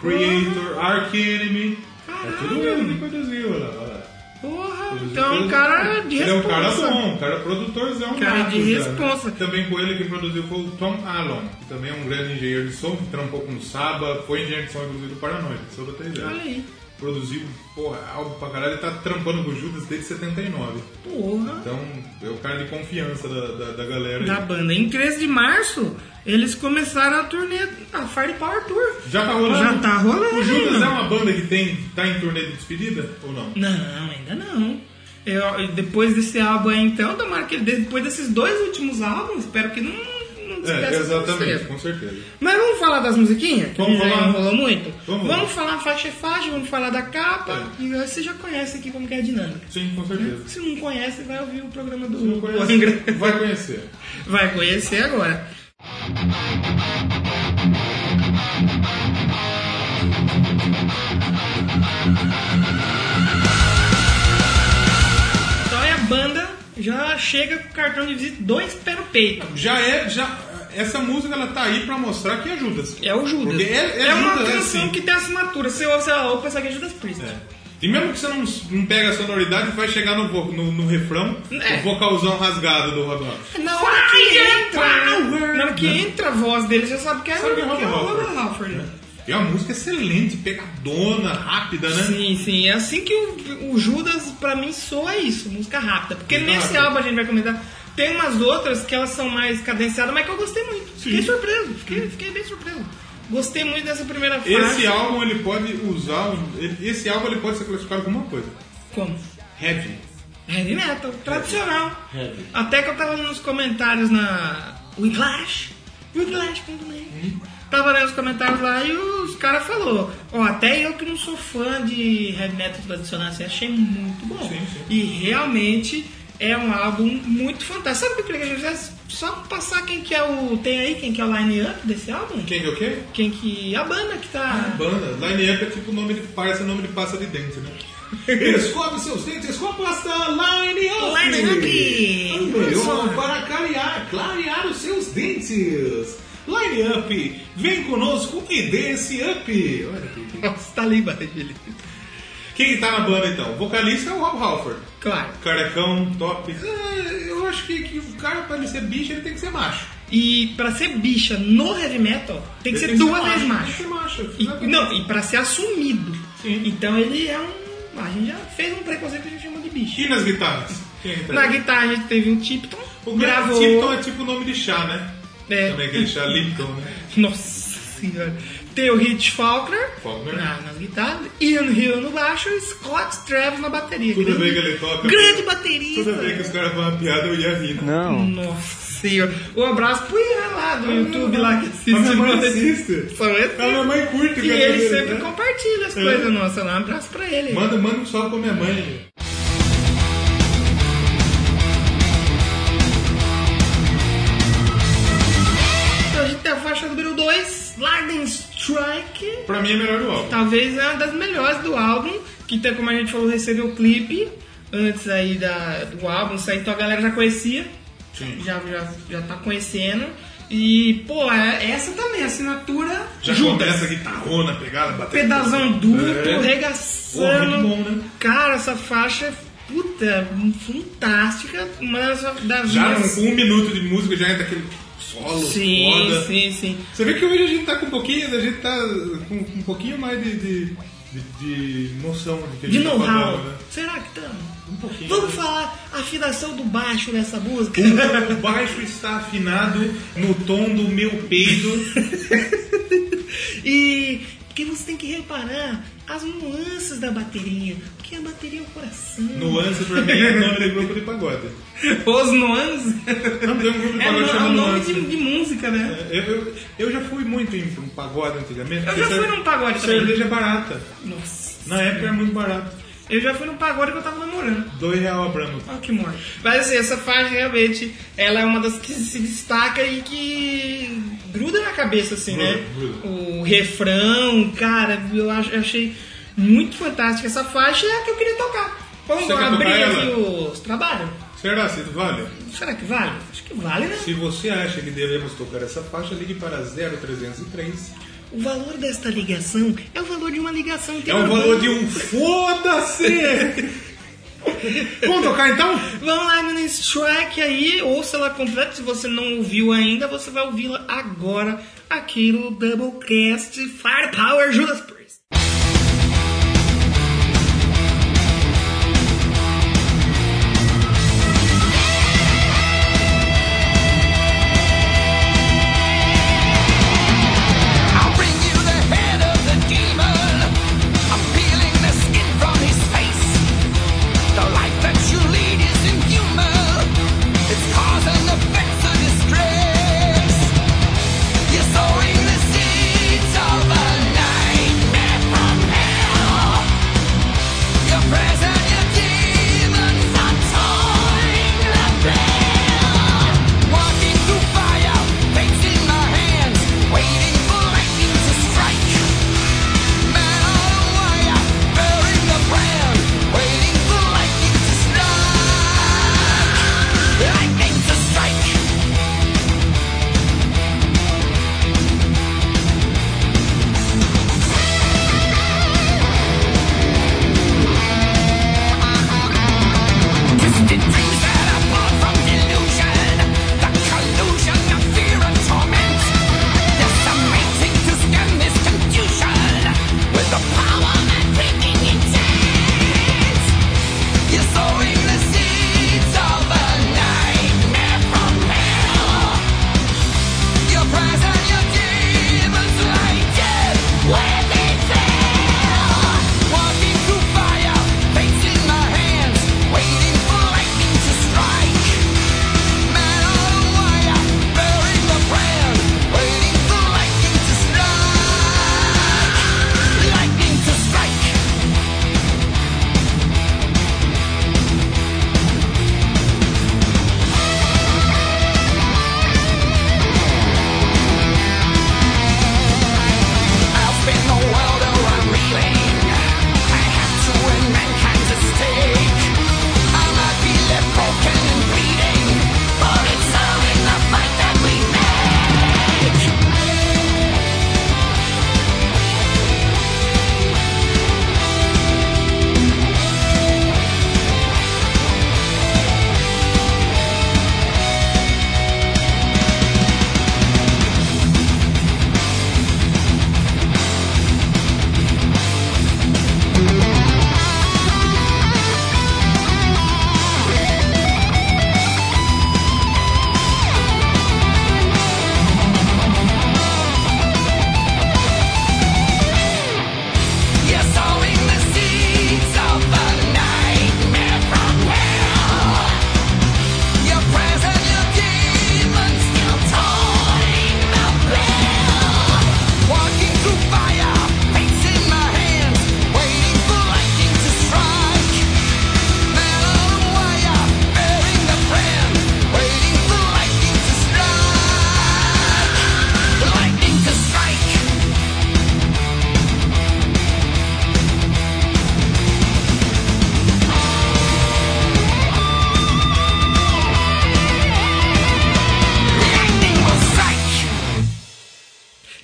B: Creator, Arch Enemy. É tudo
A: Caralho.
B: ele que produziu, olha lá, olha lá.
A: Porra,
B: Produziu
A: então é um
B: coisa-
A: cara de
B: Ele é um cara
A: responsa.
B: bom, um cara produtorzão.
A: Cara
B: nato
A: de
B: já, né?
A: responsa.
B: Também com ele que produziu foi o Tom Allen, que também é um grande engenheiro de som, que trampou com o Saba, foi engenheiro de som inclusive do Paranoia, que sou da TV.
A: Olha aí.
B: Produziu, porra, algo pra caralho, ele tá trampando com o Judas desde 79.
A: Porra.
B: Então, é o cara de confiança da, da, da galera.
A: da
B: aí.
A: banda. Em 13 de março, eles começaram a turnê, a Firepower Tour.
B: Já tá rolando?
A: Já tá rolando.
B: O Judas
A: ainda.
B: é uma banda que tem, tá em turnê de despedida ou não?
A: Não, ainda não. Eu, depois desse álbum aí, então, tomara que ele- depois desses dois últimos álbuns, espero que não, não muitos
B: É,
A: dessas
B: exatamente,
A: besteiras.
B: com certeza.
A: Mas vamos falar das musiquinhas?
B: Vamos
A: que já
B: falar.
A: enrolou muito?
B: Vamos. É.
A: falar faixa e faixa, vamos falar da capa. E você já conhece aqui como que é a dinâmica.
B: Sim, com certeza.
A: Se não conhece, vai ouvir o programa do,
B: Se não
A: do
B: conhece,
A: Angra.
B: vai conhecer.
A: Vai conhecer agora. Então é a banda já chega com o cartão de visita dois pés no peito.
B: Já é, já. Essa música ela tá aí pra mostrar que é Judas.
A: É o Judas.
B: Porque é, é
A: uma
B: Judas, é
A: canção
B: assim.
A: que tem assinatura. Você ouve, sei lá, opa, essa aqui é Judas Priest.
B: É. E mesmo que você não, não pega a sonoridade, vai chegar no, vo- no, no refrão,
A: É.
B: o vocalzão rasgado do Rodolfo.
A: Na hora que entra,
B: Power!
A: na hora que entra a voz dele, você sabe que é,
B: É. Sabe que é Rob
A: que é o Robert
B: Halford.
A: Halford. né?
B: E é uma música excelente, pegadona, rápida, né?
A: Sim, sim. É assim que o, o Judas, pra mim, soa isso, música rápida. Porque
B: Música
A: nesse
B: rápida.
A: álbum a gente vai comentar. Tem umas outras que elas são mais cadenciadas, mas que eu gostei muito. Fiquei
B: Sim.
A: surpreso, fiquei, fiquei bem surpreso. Gostei muito dessa primeira fase.
B: Esse álbum ele pode usar. um, ele- Esse álbum ele pode ser classificado como uma coisa.
A: Como?
B: Heavy.
A: Heavy metal, tradicional. Até que eu tava nos comentários na Whiplash, Whiplash.net. Tava lendo os comentários lá e os caras falaram: Ó, até eu que não sou fã de heavy metal tradicional, assim, achei muito bom.
B: Sim, sim.
A: E realmente é um álbum muito fantástico. Sabe o que eu queria que eu fizesse? Só passar quem que é o. Tem aí quem que é o line-up desse álbum?
B: Quem que é o quê?
A: Quem que. A banda que
B: A
A: tá.
B: Banda. Line Up é tipo o nome de. Parece o nome de pasta de dente, né? Escove seus dentes com a pasta Line Up!
A: Line Up!
B: O melhor Um para clarear, clarear os seus dentes! Line Up! Vem conosco e dê esse up! Olha que-
A: Nossa, tá ali embaixo ele.
B: Quem tá na banda então? O vocalista é o Rob Halford.
A: Claro.
B: Carecão, top. É, eu acho que, que o cara, pra ele ser bicho, ele tem que ser macho.
A: E pra ser bicha no heavy metal, tem que ser duas vezes
B: Tem que
A: macho.
B: ser macho.
A: E-
B: exatamente.
A: não, e pra ser assumido.
B: é Sim.
A: Então ele é um. A gente já fez um preconceito que a gente chama de bicho.
B: E nas guitarras? Quem é que tá?
A: Na guitarra a gente teve o Tipton,
B: O
A: gravou.
B: Tipton é tipo o nome de chá, né?
A: É.
B: Também aquele chá Lipton, né?
A: Nossa senhora. Tem o Rich Faulkner,
B: Faulkner.
A: Na, nas guitarras, Ian Hill no baixo e Scott Travis na bateria.
B: Tudo
A: grande,
B: bem que ele toca.
A: Grande baterista.
B: Toda vez que os caras falam uma piada, eu ia rir. Não.
A: Nossa senhora. Um abraço pro Ian lá
B: Ah,
A: do YouTube lá que assiste.
B: A minha mãe
A: nós.
B: assiste.
A: São esses.
B: A minha mãe curte o
A: E
B: cabelo
A: ele
B: dele,
A: sempre
B: né?
A: compartilha as coisas nossas lá. Um abraço pra ele.
B: Manda, manda um salve pra minha mãe.
A: Então a gente tem a faixa número 2, Lightning Strike.
B: Pra mim é melhor do álbum.
A: Talvez é uma das melhores do álbum. Que tem, como a gente falou, recebeu o clipe antes aí da, do álbum sair. Então a galera já conhecia.
B: Sim.
A: Já, já, já tá conhecendo. E, pô, é- essa também, a assinatura
B: Já
A: Judas.
B: começa a guitarrona, pegada, batendo.
A: Pedazão duplo,
B: É.
A: regaçando.
B: Porra, muito bom, né?
A: Cara, essa faixa é puta, fantástica. Uma das, das
B: Já
A: minhas-
B: com um minuto de música já entra aquele solo
A: Sim,
B: foda.
A: sim, sim.
B: Você vê que hoje a gente tá com um pouquinho, a gente tá com, com um pouquinho mais de, de, de, de noção do que a
A: De
B: gente tá
A: know-how.
B: falando, né?
A: Será que estamos?
B: Um pouquinho.
A: Vamos falar a afinação do baixo nessa música?
B: O baixo está afinado no tom do meu peito.
A: e porque você tem que reparar as nuances da bateria. Porque a bateria é o coração.
B: Nuance pra mim é o nome do grupo de pagode.
A: Os nuances?
B: Não tem um grupo de
A: É,
B: pagode
A: nu- é o
B: chamado
A: nome
B: Nuance.
A: de, de música, né?
B: Eu, É, eu, eu já fui muito em um pagode
A: Eu
B: antigamente.
A: já
B: porque
A: fui
B: cer-
A: num pagode também.
B: Cerveja é barata.
A: Nossa.
B: Na época era muito barato.
A: Eu já fui num pagode que eu tava namorando.
B: Dois real a Brahma.
A: Olha que morte. Mas assim, essa faixa realmente, ela é uma das que se destaca e que gruda na cabeça, assim,
B: Gruda,
A: né?
B: gruda.
A: O refrão, cara, eu ach- eu achei muito fantástica essa faixa e é a que eu queria tocar. Vamos
B: Você quer
A: abrir
B: tocar
A: aqui
B: ela?
A: os trabalhos?
B: Será, Cito? Vale?
A: Será que vale? Acho que vale, né?
B: Se você acha que devemos tocar essa faixa, ligue para 0303.
A: O valor desta ligação é o valor de uma ligação
B: É o valor de um foda-se! Vamos tocar então?
A: Vamos lá, menina Strike aí, ouça ela completa. Se você não ouviu ainda, você vai ouvi-la agora aqui no Doublecast Firepower Judas Priest.
H: I'll bring you the head of the demon. I'm peeling the skin from his face. The life that you lead is inhuman. It's cause and effects a disgrace.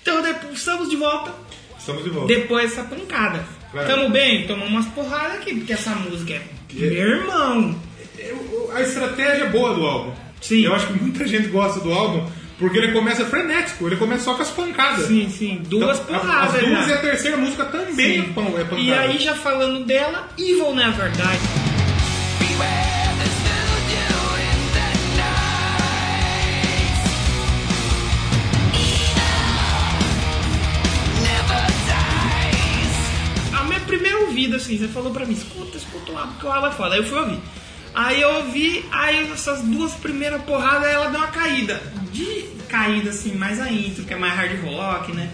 A: Então,
B: Estamos de volta.
A: Depois dessa pancada.
B: Claro.
A: Tamo bem? Tomamos umas porradas aqui, porque essa música é. Meu irmão!
B: Eu- A estratégia é boa do álbum.
A: Sim.
B: Eu acho que muita gente gosta do álbum porque ele começa frenético, ele começa só com as pancadas.
A: Sim, sim, duas
B: Então, a-
A: porradas.
B: As duas
A: já.
B: e a terceira música também é, pão, é pancada.
A: E aí, já falando dela, Evil na verdade.
H: Beware the mildew in the night. Evil never dies.
A: A minha primeira ouvida, assim, você falou pra mim, escuta, escuta o álbum que o álbum é foda. Aí eu fui ouvir. Aí eu ouvi, aí essas duas primeiras porradas, ela deu uma caída. De caída, assim, mais a intro, que é mais hard rock, né?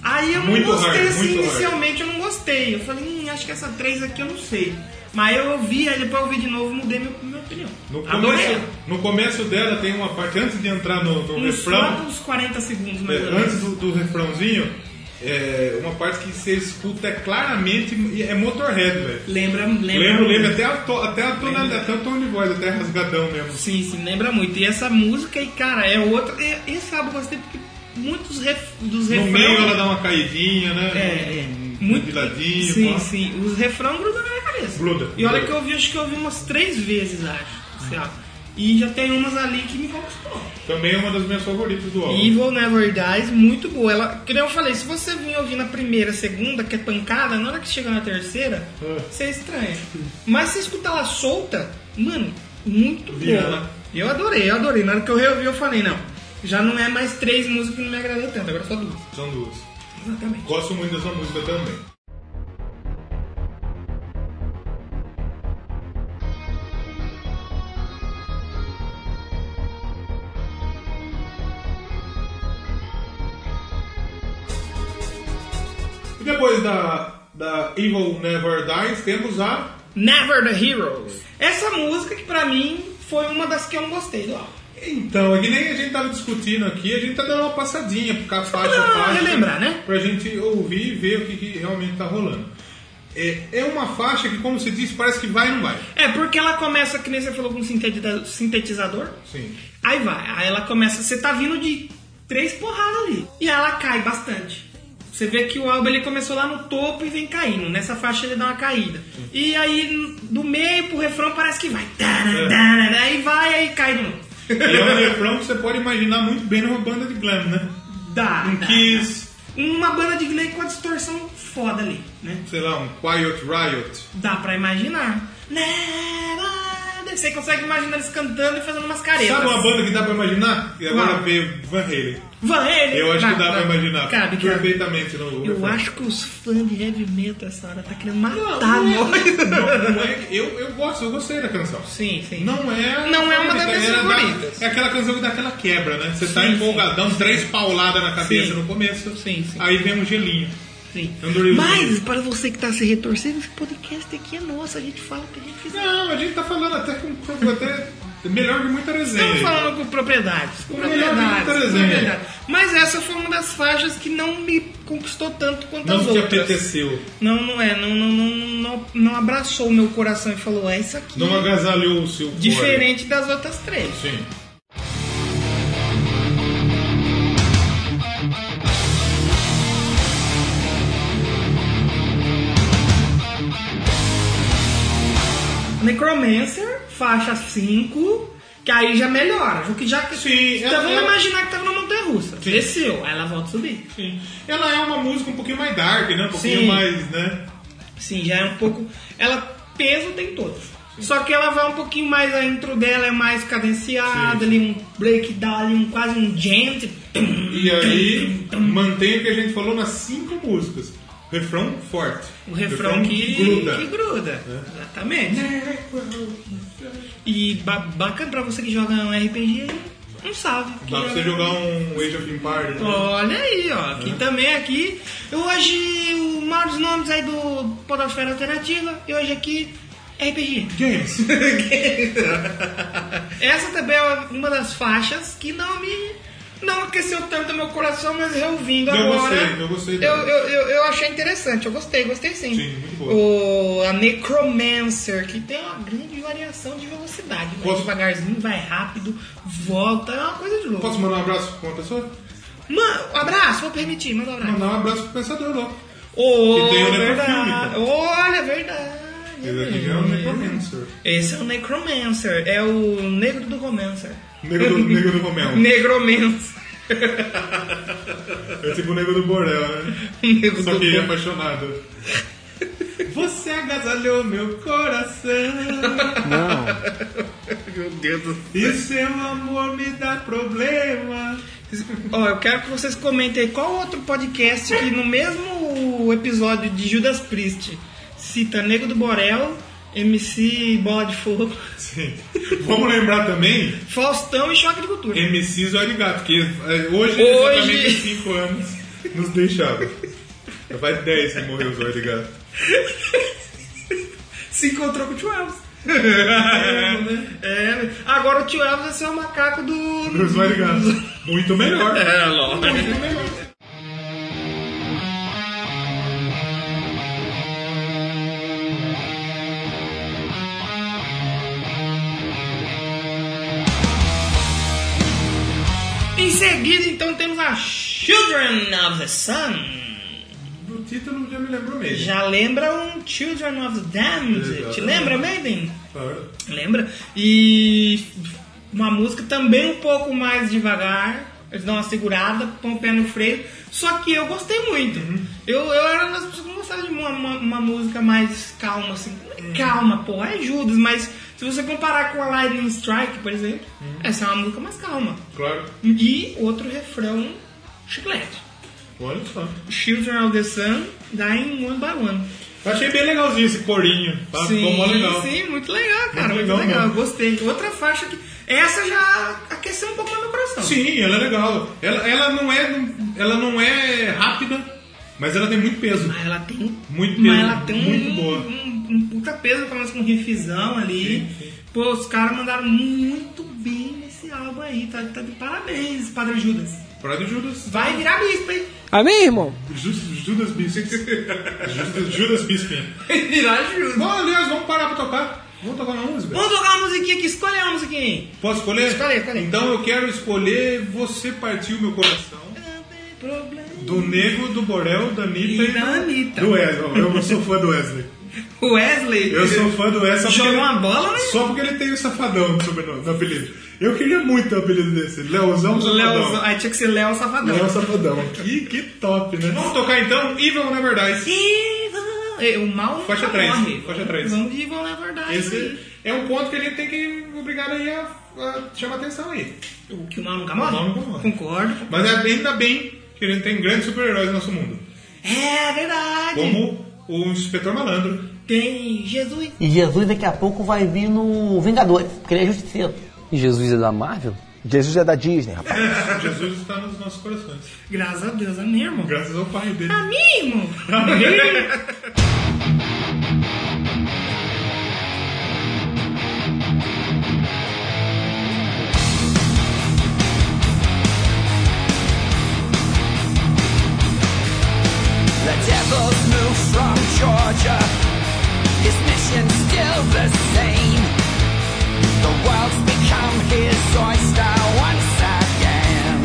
A: Aí eu
B: Muito
A: não gostei,
B: hard,
A: assim,
B: muito hard.
A: inicialmente eu não gostei. Eu falei, hum, acho que essa três aqui eu não sei. Mas eu ouvi, aí depois eu ouvi de novo, mudei minha, minha opinião.
B: No
A: Adorei.
B: começo, no começo dela tem uma parte, antes de entrar no, no
A: Uns,
B: refrão,
A: uns 40 segundos mais ou
B: É,
A: menos.
B: antes do, do refrãozinho, é, uma parte que você escuta é claramente e é Motorhead, velho.
A: Lembra, lembra.
B: Lembro,
A: muito.
B: lembro, até, a to- até, a tona, até o tom de voz, até rasgadão mesmo.
A: Sim, sim, lembra muito. E essa música, e cara, é outra. é- Esse álbum eu gostei porque muitos ref- dos
B: No
A: refrões.
B: meio ela dá um uma caidinha, né?
A: É, é.
B: Muito
A: Muito.
B: viladinho.
A: sim,
B: pá.
A: sim. Os refrões grudam na minha cabeça.
B: Gruda,
A: E olha
B: gruda.
A: que eu ouvi, acho que eu ouvi umas três vezes, acho. Sei lá. E já tem umas ali que me conquistou.
B: Também é uma das minhas favoritas do álbum.
A: Evil Never Dies, muito boa. Ela, que nem eu falei, se você vir ouvir na primeira, segunda, que é pancada, na hora que chega na terceira, você estranha. Mas se escutar ela solta, mano, muito
B: Vira, né?
A: boa. Eu adorei, eu adorei. Na hora que eu reouvi, eu falei, não, já não é mais três músicas que não me agradou tanto, agora só duas.
B: São duas.
A: Exatamente.
B: Gosto muito dessa música também. E depois da, da Evil Never Dies, temos a.
A: Never the Heroes. Essa música que pra mim foi uma das que eu não gostei do álbum.
B: Então, é que nem a gente tava discutindo aqui, a gente tá dando uma passadinha por cada faixa
A: pra dar uma
B: faixa,
A: Ah, relembrar, né?
B: Pra gente ouvir e ver o que, que realmente tá rolando. É, é uma faixa que, como se diz, parece que vai e não vai.
A: É, porque ela começa, que nem você falou, com um sintetiza- sintetizador.
B: Sim.
A: Aí vai, aí ela começa, você tá vindo de três porradas ali. E aí ela cai bastante. Você vê que o álbum ele começou lá no topo e vem caindo. Nessa faixa ele dá uma caída. E aí n- do meio pro refrão parece que vai. Tará,
B: É.
A: tará, aí vai, aí cai de novo.
B: E é um refrão que você pode imaginar muito bem numa banda de glam, né?
A: Dá.
B: Um
A: dá,
B: Kiss,
A: dá. Uma banda de glam com a distorção foda ali, né?
B: sei lá, um Quiet Riot.
A: Dá pra imaginar. Never- Você consegue imaginar eles cantando e fazendo umas caretas.
B: Sabe uma banda que dá pra imaginar? E agora
A: Qual?
B: veio Van Halen.
A: Van Halen.
B: Eu acho
A: Dá,
B: que dá
A: dá.
B: pra imaginar
A: Cabe, cabe.
B: perfeitamente no
A: Eu
B: refrão.
A: acho que os fãs de heavy metal essa hora tá querendo matar nós.
B: Não, não é, eu, eu gosto, eu gostei da canção.
A: Sim, sim.
B: Não é.
A: Não é uma das
B: favorita,
A: minhas
B: era da-
A: favoritas.
B: é aquela canção que dá aquela quebra, né? Você tá
A: Sim,
B: empolgadão, três pauladas na cabeça
A: Sim.
B: no começo.
A: Sim, sim.
B: Aí vem um gelinho.
A: Sim.
B: Andoril.
A: Mas, para você que tá se retorcendo, esse podcast aqui é nosso. A gente fala o que a gente quiser.
B: Não, a gente tá falando até com. com- Até melhor que muita resenha.
A: Estamos falando com propriedades. Com
B: Melhor que
A: propriedades.
B: muita
A: com
B: resenha.
A: propriedades. Mas essa foi uma das faixas que não me conquistou tanto quanto
B: Não
A: as
B: te
A: outras.
B: apeteceu.
A: Não, não é. Não, não, não, não, não abraçou o meu coração e falou, é isso aqui.
B: Não é. agasalhou o seu. core.
A: Diferente das outras três.
B: Sim.
A: Necromancer, faixa 5, que aí já melhora. O que já que.
B: Sim,
A: então
B: ela-
A: vamos
B: ela-
A: imaginar que tava na montanha russa.
B: Sim.
A: Desceu, aí ela volta a subir.
B: Sim. Ela é uma música um pouquinho mais dark, né? Um pouquinho
A: Sim.
B: mais, né?
A: Sim, já é um pouco. Ela peso tem todas. Só que ela vai um pouquinho mais, a intro dela é mais cadenciada,
B: Sim.
A: ali um breakdown, ali um, quase um gent. um
B: E aí mantém o que a gente falou nas cinco músicas. Refrão forte.
A: O refrão que
B: Então, gruda. É.
A: Que gruda. Exatamente. E ba- bacana pra você que joga um RPG, um salve. que
B: Dá pra você
A: é-
B: jogar um Age of Empires. né?
A: Olha aí, ó.
B: É.
A: Que também aqui. Hoje, o maior dos nomes aí do Podosfera Alternativa. E hoje aqui, RPG.
B: Games.
A: Essa também é uma das faixas que não me. Não aqueceu tanto meu coração, mas reouvindo
B: Eu
A: agora.
B: gostei, eu gostei
A: Eu,
B: dela.
A: eu, eu, eu achei interessante, eu gostei, gostei sim.
B: Sim, muito boa.
A: O, a Necromancer, que tem uma grande variação de velocidade. Vai
B: Posso-
A: devagarzinho, vai rápido, volta, é uma coisa de louco.
B: Posso mandar um abraço pra uma pessoa?
A: Mano, abraço, vou permitir, manda um abraço.
B: Mandar um abraço pro Pensador Louco.
A: Ô,
B: Que tem o
A: verdade.
B: Necrofilmica.
A: Olha, é verdade.
B: Esse aqui já é o Necromancer.
A: Esse é o Necromancer, é o negro do Romancer.
B: Negro do, negro do Romeu.
A: Negromancer.
B: É tipo o negro do Borel, né?
A: Negro
B: Só
A: do
B: que ele é
A: Romancer.
B: apaixonado. Você agasalhou meu coração.
D: Não.
A: Meu Deus do céu.
B: E seu é um amor me dá problema.
A: Ó, eu quero que vocês comentem aí qual outro podcast que no mesmo episódio de Judas Priest cita Negro do Borel, MC Bola de Fogo,
B: Sim. Vamos lembrar também
A: Faustão e Choque de Cultura.
B: MC Zóio de Gato, que eh, hoje,
A: Hoje.
B: exatamente 5 anos nos deixava. Já Faz 10 que morreu o Zóio de Gato.
A: Se encontrou com o Tio Elvis. É, agora o Tio Elvis vai ser o macaco do...
B: O Zóio de Gato. Muito melhor.
A: É, lógico. Em seguida, então, temos a Children of the Sun.
B: O título já me lembrou mesmo.
A: Já lembra um Children of the Damned? Te
B: Exatamente.
A: lembra, Maiden?
B: Claro.
A: Lembra? E uma música também um pouco mais devagar. Eles dão uma segurada, põem o pé no freio. Só que eu gostei muito. Eu, eu era uma das pessoas que não gostava de uma, uma, uma música mais calma, assim. Não é calma, porra, é Judas, mas se você comparar com a Lightning Strike, por exemplo, essa é uma música mais calma.
B: Claro.
A: E outro refrão chiclete.
B: Olha só.
A: Children of the Sun, Dying One by One.
B: Eu achei bem legalzinho esse corinho. Tá? Ficou mó legal.
A: sim, muito legal, cara. Muito
B: Muito
A: legal,
B: legal mesmo.
A: gostei. Outra faixa que. Essa já aqueceu um pouco mais meu coração.
B: Sim, ela é legal. Ela, ela, não é, ela não é rápida, mas ela tem muito peso.
A: Mas ela tem. um
B: Muito
A: mas
B: peso,
A: ela tem
B: muito
A: um,
B: boa.
A: Um, um puta peso, começa com um riffzão ali.
B: Sim, sim.
A: Pô, os caras mandaram muito bem nesse álbum aí. Tá, tá de parabéns, Padre Judas.
B: Prado Judas.
A: Vai virar bispo, hein?
I: Amém, irmão?
B: Ju- Judas Bispin. Judas, Judas Bispin.
A: Vai virar Judas.
B: Bom, aliás, vamos parar pra tocar. Vamos tocar uma música?
A: Vamos tocar uma musiquinha aqui, escolhe uma musiquinha aí.
B: Posso escolher?
A: Escolhe, escolhe.
B: Então eu quero escolher Você Partiu Meu Coração. Do Nego, do Borel, da Anitta
A: E da Anitta.
B: do Wesley. Eu sou fã do Wesley.
A: O Wesley.
B: Eu sou fã do Wesley. só porque
A: Jogou
B: ele-
A: uma bola, né?
B: Só porque ele tem o Safadão no sobrenome, no apelido. Eu queria muito o apelido desse. Leozão
A: Léo,
B: Safadão.
A: aí tinha que ser Léo Safadão.
B: Léo Safadão. Que, que top, né? Vamos tocar então Evil na verdade.
A: Evil. É, O mal
B: Faixa
A: nunca
B: três,
A: morre.
B: faixa três.
A: Vamos de Evil na verdade.
B: Esse é um ponto que a gente tem que obrigar aí a, a chamar atenção aí.
A: O que o mal nunca morre?
B: O mal nunca morre.
A: Concordo.
B: Mas é- ainda bem que a gente tem grandes super-heróis no nosso mundo.
A: É verdade.
B: Como o Inspetor Malandro.
A: Tem Jesus.
J: E Jesus daqui a pouco vai vir no Vingadores, porque ele é justiceiro.
I: E Jesus é da Marvel?
J: Jesus é da Disney, rapaz.
B: Jesus está nos nossos corações.
A: Graças a Deus, amém, irmão.
B: Graças ao Pai dele.
A: Amém, irmão.
H: The devil's moved from Georgia. His mission's still the same. The world's become his oyster once again.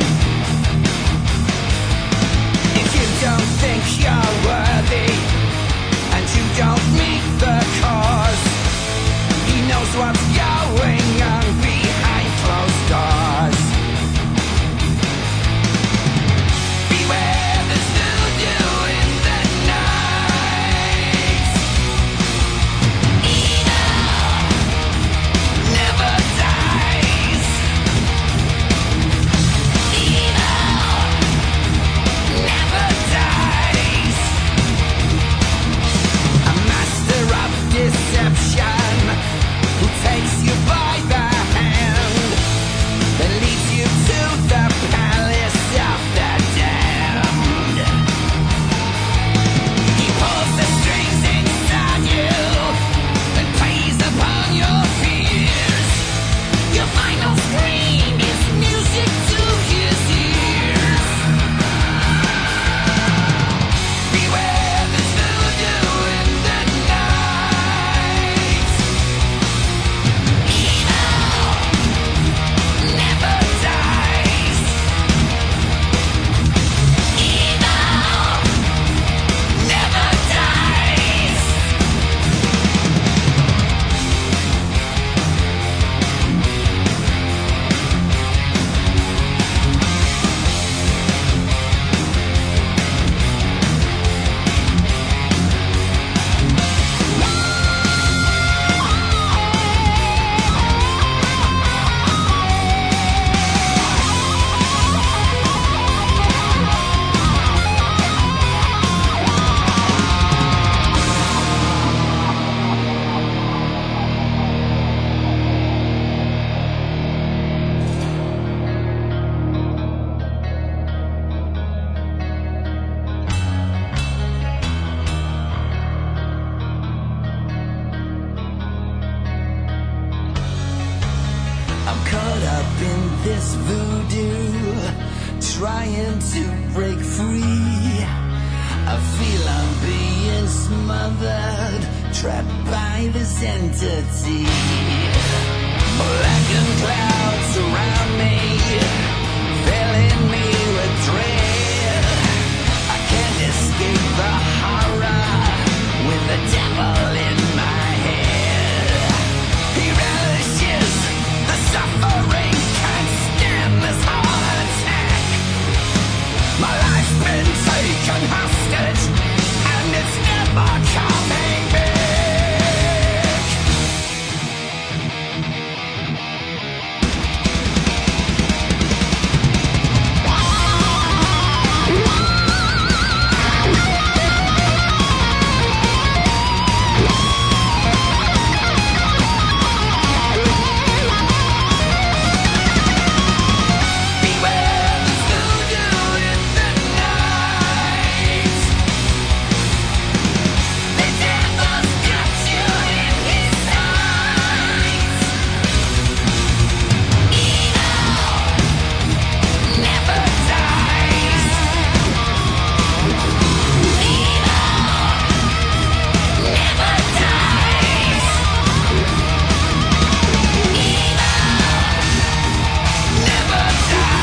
H: If you don't think you're worthy and you don't meet the cause, he knows what's going on behind closed doors. Beware the voodoo in the night. Evil trying to break free. I feel I'm being smothered, trapped by this entity. Black and clouds surround me, filling me with dread. I can't escape the horror with the devil in my head. He relishes the suffering, can't stand this heart attack. My life's been taken hostage, and it's never coming back. Beware the voodoo in the night. The devil's got you in his sights. Evil never dies. Evil never dies. Never dies.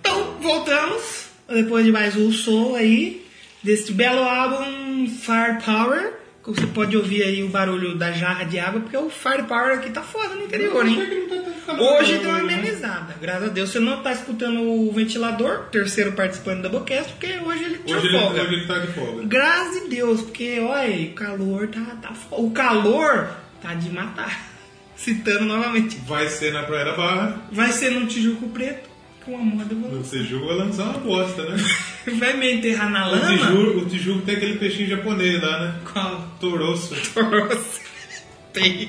A: Então, voltamos. Depois de mais um som aí, deste belo álbum Firepower. Como você pode ouvir aí o barulho da jarra de água, porque o Firepower aqui tá foda no interior, hein?
B: tá né?
A: Hoje deu uma amenizada. Graças a Deus você não tá escutando o ventilador, terceiro participante da Bocast, porque hoje ele tinha
B: Hoje ele,
A: folga.
B: hoje ele tá de folga.
A: Graças a Deus, porque olha, o calor tá, tá fo- O calor tá de matar. Citando novamente.
B: Vai ser na Praia da Barra.
A: Vai ser no Tijuco Preto, com a moda vou
B: O Tijuco vai lançar uma bosta, né?
A: Vai me enterrar na
B: O
A: lama?
B: Tijuco, o Tijuco tem aquele peixinho japonês lá, né?
A: Qual?
B: Toroço.
A: Tem.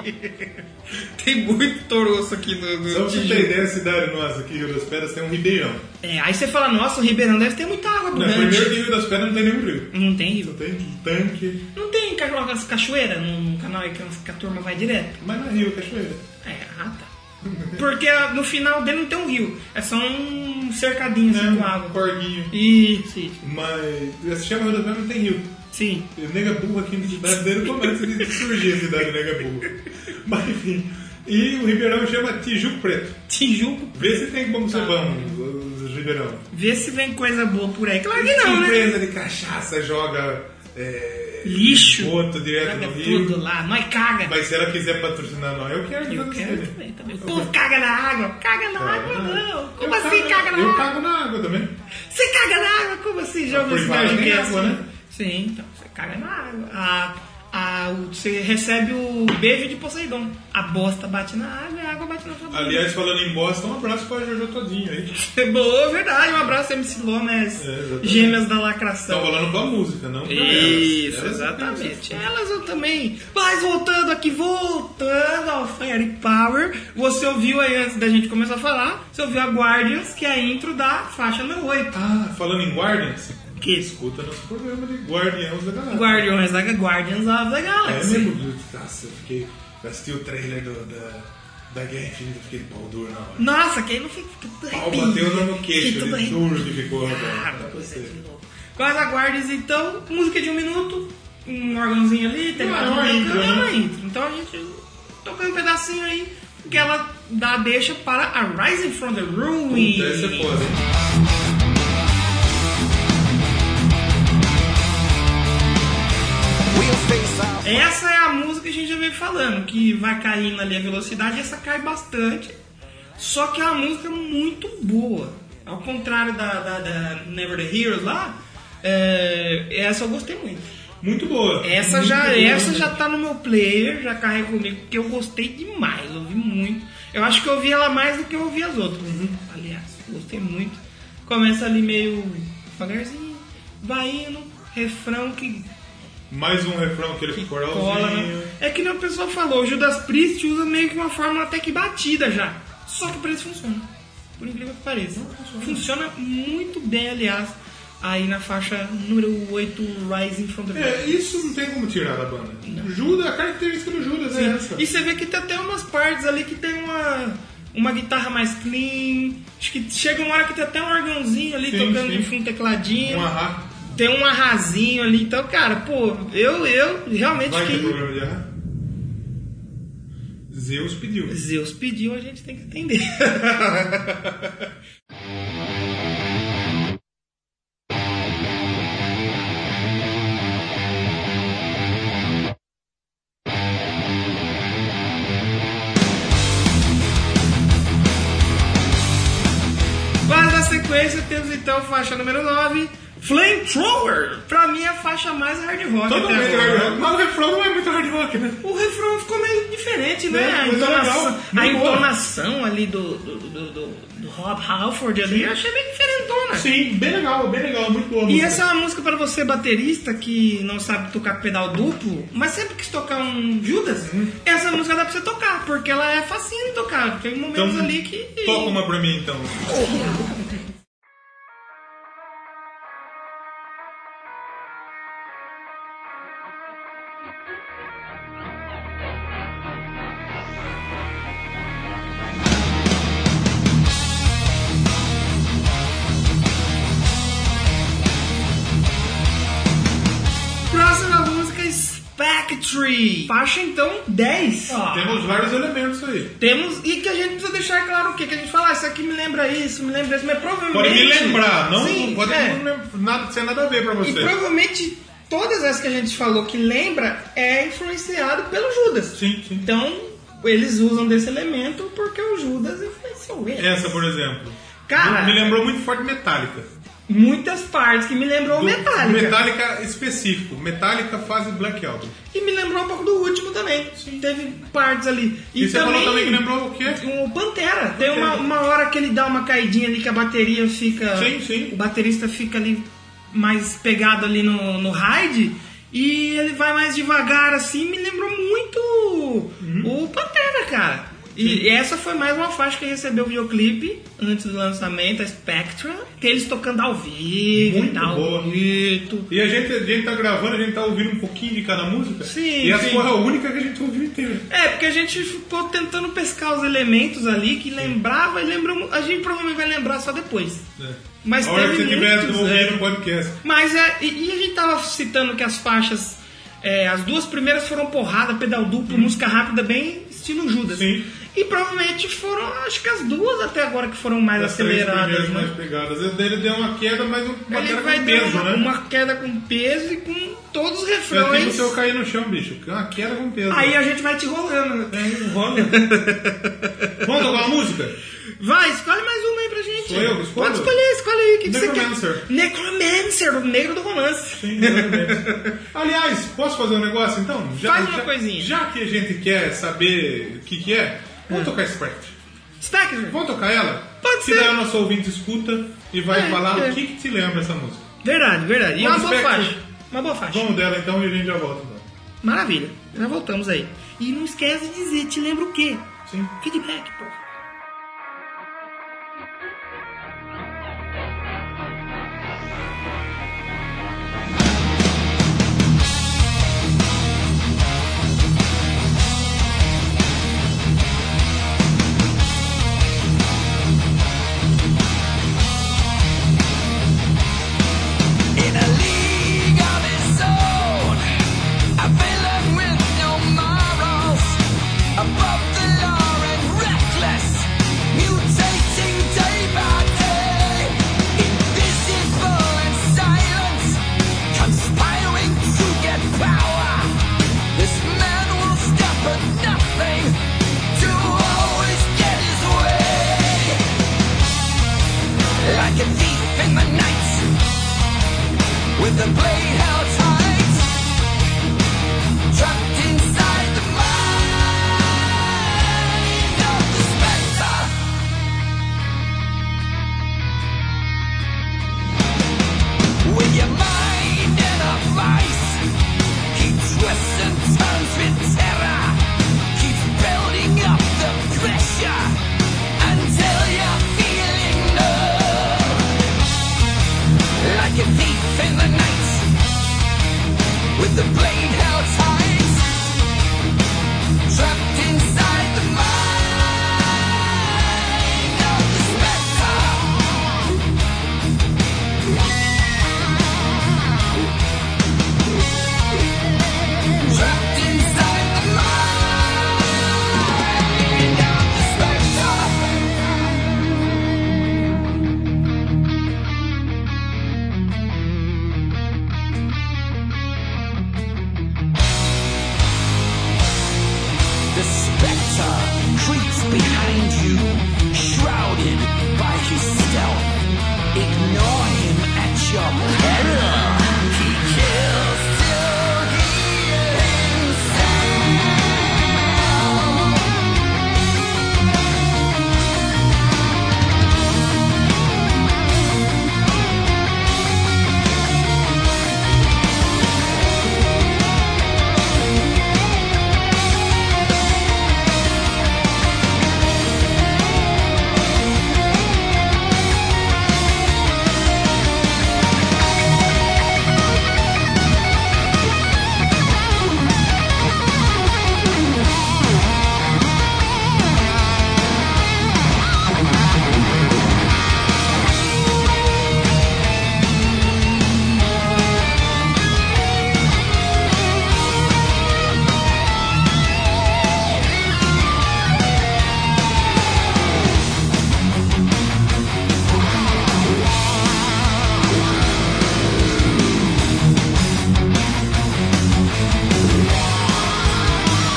A: Tem muito toroço aqui no, no
B: Só pra você
A: Tijuco.
B: ter ideia, a cidade nossa aqui, Rio das Pedras, tem um ribeirão.
A: É, aí você fala, nossa, o Ribeirão deve ter muita água
B: Não, primeiro que
A: durante.
B: Rio das Pedras não tem nenhum rio.
A: Não tem rio?
B: Só tem tanque.
A: Não tem ca- aquelas cachoeiras no canal aí que as- que a turma vai direto?
B: Mas não é rio, é cachoeira.
A: É, ah tá. Porque ah, no final dele não tem um rio. É só um cercadinho assim,
B: Não,
A: com água.
B: corguinho.
A: Isso, isso.
B: Mas se chama Rio das Pedras, não tem rio.
A: Sim.
B: E o Nega Burro aqui na cidade dele começa a surgir a cidade do Nega Burro. Mas enfim. E o ribeirão chama Tijuco Preto.
A: Tijuco,
B: Vê se tem como
A: Tá.
B: ser bom os os ribeirão.
A: vê se vem coisa boa por aí. Claro que
B: Que
A: não, né?
B: empresa de cachaça joga é,
A: Lixo.
B: esgoto direto
A: Caga
B: no rio.
A: tudo lá, nós caga.
B: Mas se ela quiser patrocinar nós, eu quero que
A: Eu
B: patrocine.
A: quero também, também. O povo caga na água. Caga na água, não.
B: Eu
A: Como assim
B: cago-
A: caga na
B: Eu
A: água?
B: cago na água também.
A: Você caga na água? Como assim, joga
B: Por
A: os
B: baixo
A: barulhos
B: tem
A: assim?
B: água, né?
A: Sim, então, você caga na água. A, a, o- você recebe o beijo de Poseidon. A bosta bate na água e a água bate na sua boca.
B: Aliás, falando em bosta, um abraço pra Jojo Todinho aí.
A: Boa, verdade. Um abraço, MC Lomas,
B: É, exatamente.
A: gêmeas da
B: Tá
A: lacração.
B: falando pra música, não pra
A: Isso,
B: elas. Elas
A: exatamente. Elas eu também. Mas voltando aqui, voltando ao Firepower, você ouviu aí antes da gente começar a falar, você ouviu a Guardians, que é a intro da faixa número 8.
B: Ah, falando em Guardians,
A: Que isso?
B: escuta nosso programa de Guardiões da Galáxia.
A: Guardians, da- Guardians of the
B: É
A: Galaxy.
B: mesmo? Nossa, eu fiquei. Eu assisti o trailer do- da, da Guerra Infinita, eu fiquei pau duro na hora.
A: Nossa, que aí não fica fica tudo
B: Pau
A: arrepia,
B: bateu no
A: fica
B: queixo,
A: tudo
B: de
A: arrepia.
B: duro que ficou, rapaz.
A: Cara, coisa de louco. Quais aguardes então? Música de um minuto, um órgãozinho ali, tem
B: Não,
A: mais
B: é uma
A: música,
B: intro,
A: é uma
B: né?
A: intro. Então a gente toca um pedacinho aí que ela dá a deixa para a Rising from the Ruin.
B: Puta, essa é foda.
H: We'll face our
A: Essa é a música que a gente já veio falando, que vai caindo ali a velocidade, essa cai bastante. Só que é uma música muito boa. Ao contrário da, da- da Never the Heroes lá, é, essa eu gostei muito.
B: Muito boa.
A: Essa
B: Muito
A: já,
B: boa,
A: essa
B: né?
A: já tá no meu player, já carrega comigo, porque eu gostei demais, ouvi muito. Eu acho que eu vi ela mais do que eu ouvi as outras. Aliás, gostei muito. Começa ali meio devagarzinho, vai indo, refrão que
B: Mais um refrão, aquele
A: cola, né?
B: coralzinho.
A: É que nem a pessoa falou, o Judas Priest usa meio que uma fórmula até que batida já. Só que pra eles funciona. Por incrível que pareça. Funciona muito bem, aliás, aí na faixa número 8, Rising from the
B: É,
A: Dead.
B: isso não tem como tirar da banda. Judas, a característica do Judas é essa.
A: E você vê que tem até umas partes ali que tem uma, uma guitarra mais clean. Acho que chega uma hora que tem até um órgãozinho ali
B: Sim,
A: tocando
B: sim.
A: de fundo, um tecladinho.
B: Um arra.
A: Tem um arrasinho ali. Então, cara, pô, eu, eu realmente
B: Vai ter
A: fiquei.
B: problema de arra. Zeus pediu.
A: Zeus pediu, a gente tem que atender. Mas na sequência temos então a faixa número 9, Flamethrower. Pra mim é a faixa mais hard rock.
B: Todo
A: até
B: mundo é
A: agora.
B: hard rock, mas o refrão não é muito hard rock, né?
A: O refrão ficou meio diferente, né?
B: É,
A: a
B: mas tá
A: entonação,
B: legal, muito
A: a
B: boa.
A: entonação ali do, do, do, do- do Rob Halford ali, eu achei bem diferentona.
B: Sim, bem legal, bem legal, muito boa. a
A: E
B: música.
A: essa é uma música pra você, baterista, que não sabe tocar com pedal duplo, mas sempre quis tocar um Judas,
B: Uhum.
A: essa música dá pra você tocar, porque ela é facinho de tocar. Tem
B: Então,
A: momentos ali que.
B: Toca uma pra mim então.
A: Próxima música é Spectre. Faixa então 10. Ó,
B: Temos vários elementos aí.
A: Temos. E que a gente precisa deixar claro o quê? Que a gente fala, ah, isso aqui me lembra isso, me lembra isso, mas provavelmente.
B: Pode me lembrar, não,
A: Sim,
B: não pode
A: é.
B: não lembra- nada, ser nada a ver pra
A: E
B: você.
A: provavelmente todas as que a gente falou que lembra é influenciado pelo Judas.
B: Sim, sim.
A: Então, eles usam desse elemento porque o Judas influenciou ele.
B: Essa, por exemplo.
A: Cara-
B: Me lembrou muito forte Metallica.
A: Muitas partes que me lembrou o
B: Do-
A: Metallica.
B: Metallica específico. Metallica fase Black Album.
A: E me lembrou um pouco do último também. Teve partes ali.
B: E, você falou também que lembrou o quê?
A: O Pantera. Tem uma, uma hora que ele dá uma caidinha ali que a bateria fica.
B: Sim, sim.
A: O baterista fica ali mais pegado ali no, no ride. E ele vai mais devagar assim. Me lembrou muito
B: Uhum.
A: o Pantera, cara. E essa foi mais uma faixa que recebeu o videoclipe antes do lançamento, a Spectra. Que eles tocando ao vivo
B: Muito
A: e tal.
B: boa.
A: bonito.
B: E a gente, a gente tá gravando, a gente tá ouvindo um pouquinho de cada música.
A: Sim,
B: E essa
A: sim.
B: foi a única que a gente ouviu inteira.
A: É, porque a gente ficou tentando pescar os elementos ali que lembrava e lembrou. A gente provavelmente vai lembrar só depois.
B: É.
A: Mas
B: a hora
A: teve
B: que você estiver
A: muitos,
B: ouvindo
A: é.
B: o podcast.
A: Mas é, e, e a gente tava citando que as faixas. é, as duas primeiras foram porrada, pedal duplo, música rápida, bem estilo Judas.
B: Sim.
A: E provavelmente foram, acho que as duas até agora que foram mais
B: As três
A: aceleradas.
B: primeiras
A: Né?
B: mais pegadas. E Ele deu uma queda, mas uma
A: Ele
B: queda
A: vai
B: com
A: ter
B: peso,
A: uma,
B: né?
A: uma queda com peso e com todos os
B: Eu tenho
A: refrões.
B: se eu cair no chão, bicho. que é Uma queda com peso.
A: Aí a gente vai te rolando. né?
B: É, rola. Vamos tocar uma música?
A: Vai, escolhe mais uma aí pra gente.
B: Sou eu que escolho?
A: Pode escolher, escolhe aí. O que, que você quer?
B: Necromancer.
A: Necromancer, o negro do romance.
B: Sim, exatamente. Aliás, posso fazer um negócio então?
A: Faz uma coisinha.
B: Já que a gente quer saber o que, que é, vamos tocar Spectre.
A: Spectre,
B: Vamos tocar ela?
A: Pode
B: que
A: ser.
B: daí o nosso ouvinte escuta e vai
A: É,
B: falar
A: é.
B: o que, que te lembra essa música.
A: Verdade, verdade. E é uma
B: Vamos,
A: boa
B: Spectre.
A: faixa. Uma boa faixa.
B: Vamos dela então e a gente já volta. Então.
A: Maravilha. Já voltamos aí. E não esquece de dizer, te lembra o quê?
B: Sim.
A: Feedback, pô.
H: In a league of its own, a villain with no morals, above the law and reckless, mutating day by day, invisible and silent, conspiring to get power. This man will stop at nothing to always get his way, like a thief in the night with the blade held tight, trapped inside the mind of the spectre. like a thief in the night with the blade held tight, trapped inside the mind of the spectre. Trapped inside the mind of the spectre. The spectre creeps behind you, shrouded by his stealth. Ignore him at your peril. He kills till he himself.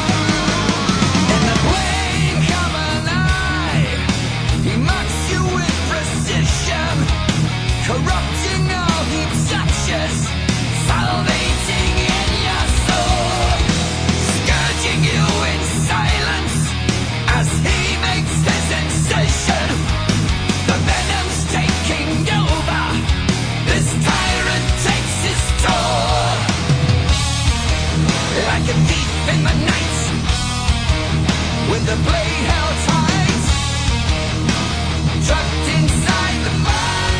H: In the blink of an eye, he mocks you with precision, corrupting all he touches, salivating in your soul, scourging you in silence as he makes his incision. The venom's taking over. This tyrant takes his toll, like a thief in the night with the blade held tight, trapped inside the mind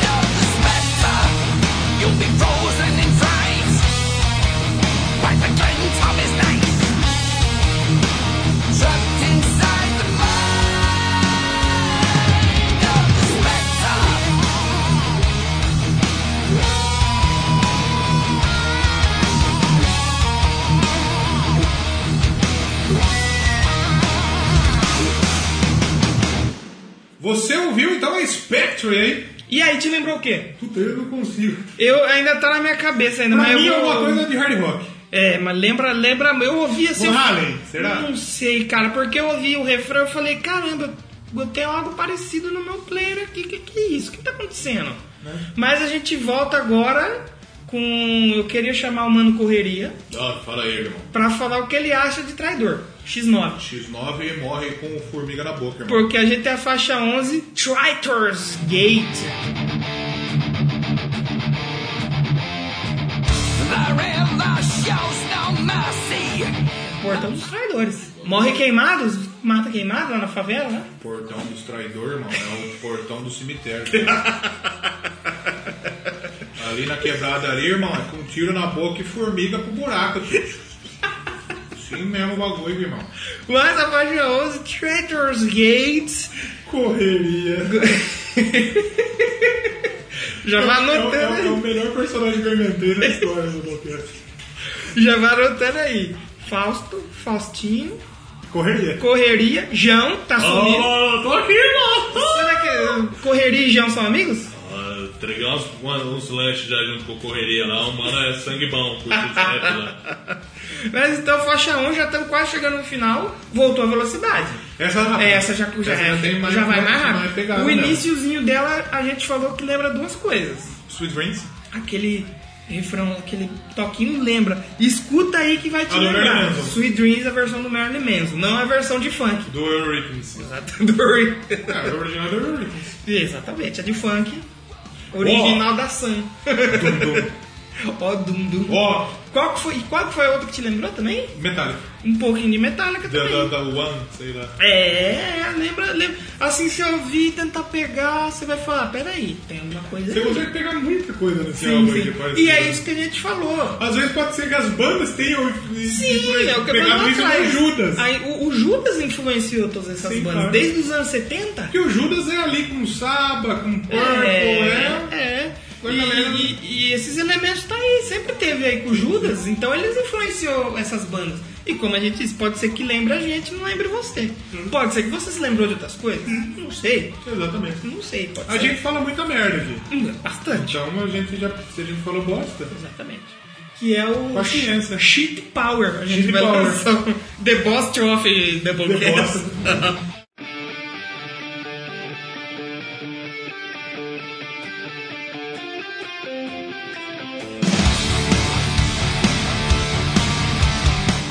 H: of the spectre. You'll be frozen in fright by the glint of his knife, trapped inside the mind of the spectre.
B: Você ouviu então a Spectre, hein?
A: E aí, te lembrou o quê?
B: Puta, eu não consigo.
A: Eu ainda tá na minha cabeça ainda,
B: Pra
A: mas
B: mim é
A: eu vou...
B: alguma coisa de hard rock.
A: É, mas lembra, lembra, eu ouvi assim.
B: Van
A: eu-
B: Halen, será?
A: Não sei, cara, porque eu ouvi o refrão e falei, caramba, eu tenho algo parecido no meu player aqui, que que é isso? O que tá acontecendo? Mas a gente volta agora com. Eu queria chamar o Mano Correria
B: Ah, fala aí, irmão.
A: pra falar o que ele acha de traidor. X9.
B: X9 morre com formiga na boca, irmão.
A: Porque a gente tem a faixa 11, Traitors Gate.
H: The river shows no mercy.
A: Portão dos traidores. Morre queimados, mata queimado lá na favela, né?
B: Portão dos traidores, irmão. É o portão do cemitério. né? ali na quebrada ali, irmão, é com um tiro na boca e formiga pro buraco, tio. Sim mesmo o bagulho, irmão.
A: Mas a página 11, Traitors Gates.
B: Correria.
A: Já vai
B: É, o- é o- é o
A: anotando,
B: melhor personagem que eu inventei na história do podcast.
A: aí. já vai anotando aí. Fausto, Faustinho,
B: Correria.
A: Correria, Jão,
B: Oh.
A: tá sumido.
B: tô aqui, irmão.
A: Será que é Correria e Jão são amigos?
K: Ah, Entreguei uns, uns lanches já junto com correria lá. O mano é sangue bom, curte os rap lá.
A: Mas então, faixa 1, já estamos quase chegando no final. Voltou a velocidade.
B: Essa,
A: É, essa já, já,
B: essa tem mais,
A: já vai mais rápido.
B: pegada,
A: o
B: né?
A: iníciozinho dela, a gente falou que lembra duas coisas.
B: Sweet Dreams.
A: aquele refrão, aquele toquinho lembra. Escuta aí que vai te
B: A do Marilyn
A: lembrar.
B: Manson.
A: Sweet Dreams é a versão do Marilyn Manson, não é a versão de funk.
B: Do Eurythmics.
A: Do-
B: É, o original do Eurythmics.
A: Exatamente, a de funk. Original da Sun.
B: Dum, dum.
A: Ó, dum dum.
B: Ó,
A: Qual que foi, e qual que foi a outra que te lembrou também?
B: Metálica.
A: Um pouquinho de Metallica
B: Da,
A: também.
B: da, da One, sei lá.
A: É, lembra, lembra. Assim, se eu ouvir e tentar pegar, você vai falar, peraí, tem alguma coisa
B: Você
A: aí.
B: consegue pegar muita coisa nesse
A: Sim,
B: álbum
A: sim.
B: aí que apareceu.
A: E é isso que a gente falou.
B: Às vezes pode ser que as bandas tenham e- e-
A: Sim, é o que eu
B: pegado
A: falei
B: Ah, isso
A: lá
B: do
A: atrás.
B: Judas.
A: Aí, o, o Judas influenciou todas essas
B: Sim,
A: bandas,
B: claro.
A: desde os anos 70.
B: Porque o Judas é ali com Saba, com Purple, é.
A: É, é.
B: Foi
A: E,
B: galera-
A: e- e esses elementos tá aí, sempre teve aí com o Judas, então eles influenciou essas bandas. E como a gente disse, pode ser que lembre a gente, não lembre você.
B: Hum.
A: Pode ser que você se lembrou de outras coisas? Não sei.
B: Exatamente.
A: Não sei, pode ser.
B: A gente fala muita merda aqui.
A: Hum, Bastante.
B: Então a gente já. Se a gente falou bosta.
A: Exatamente. Que é o.
B: Paciência.
A: Shit Power. A gente
B: Shit
A: vai
B: Power.
A: lançar o The Boss of The Podcast.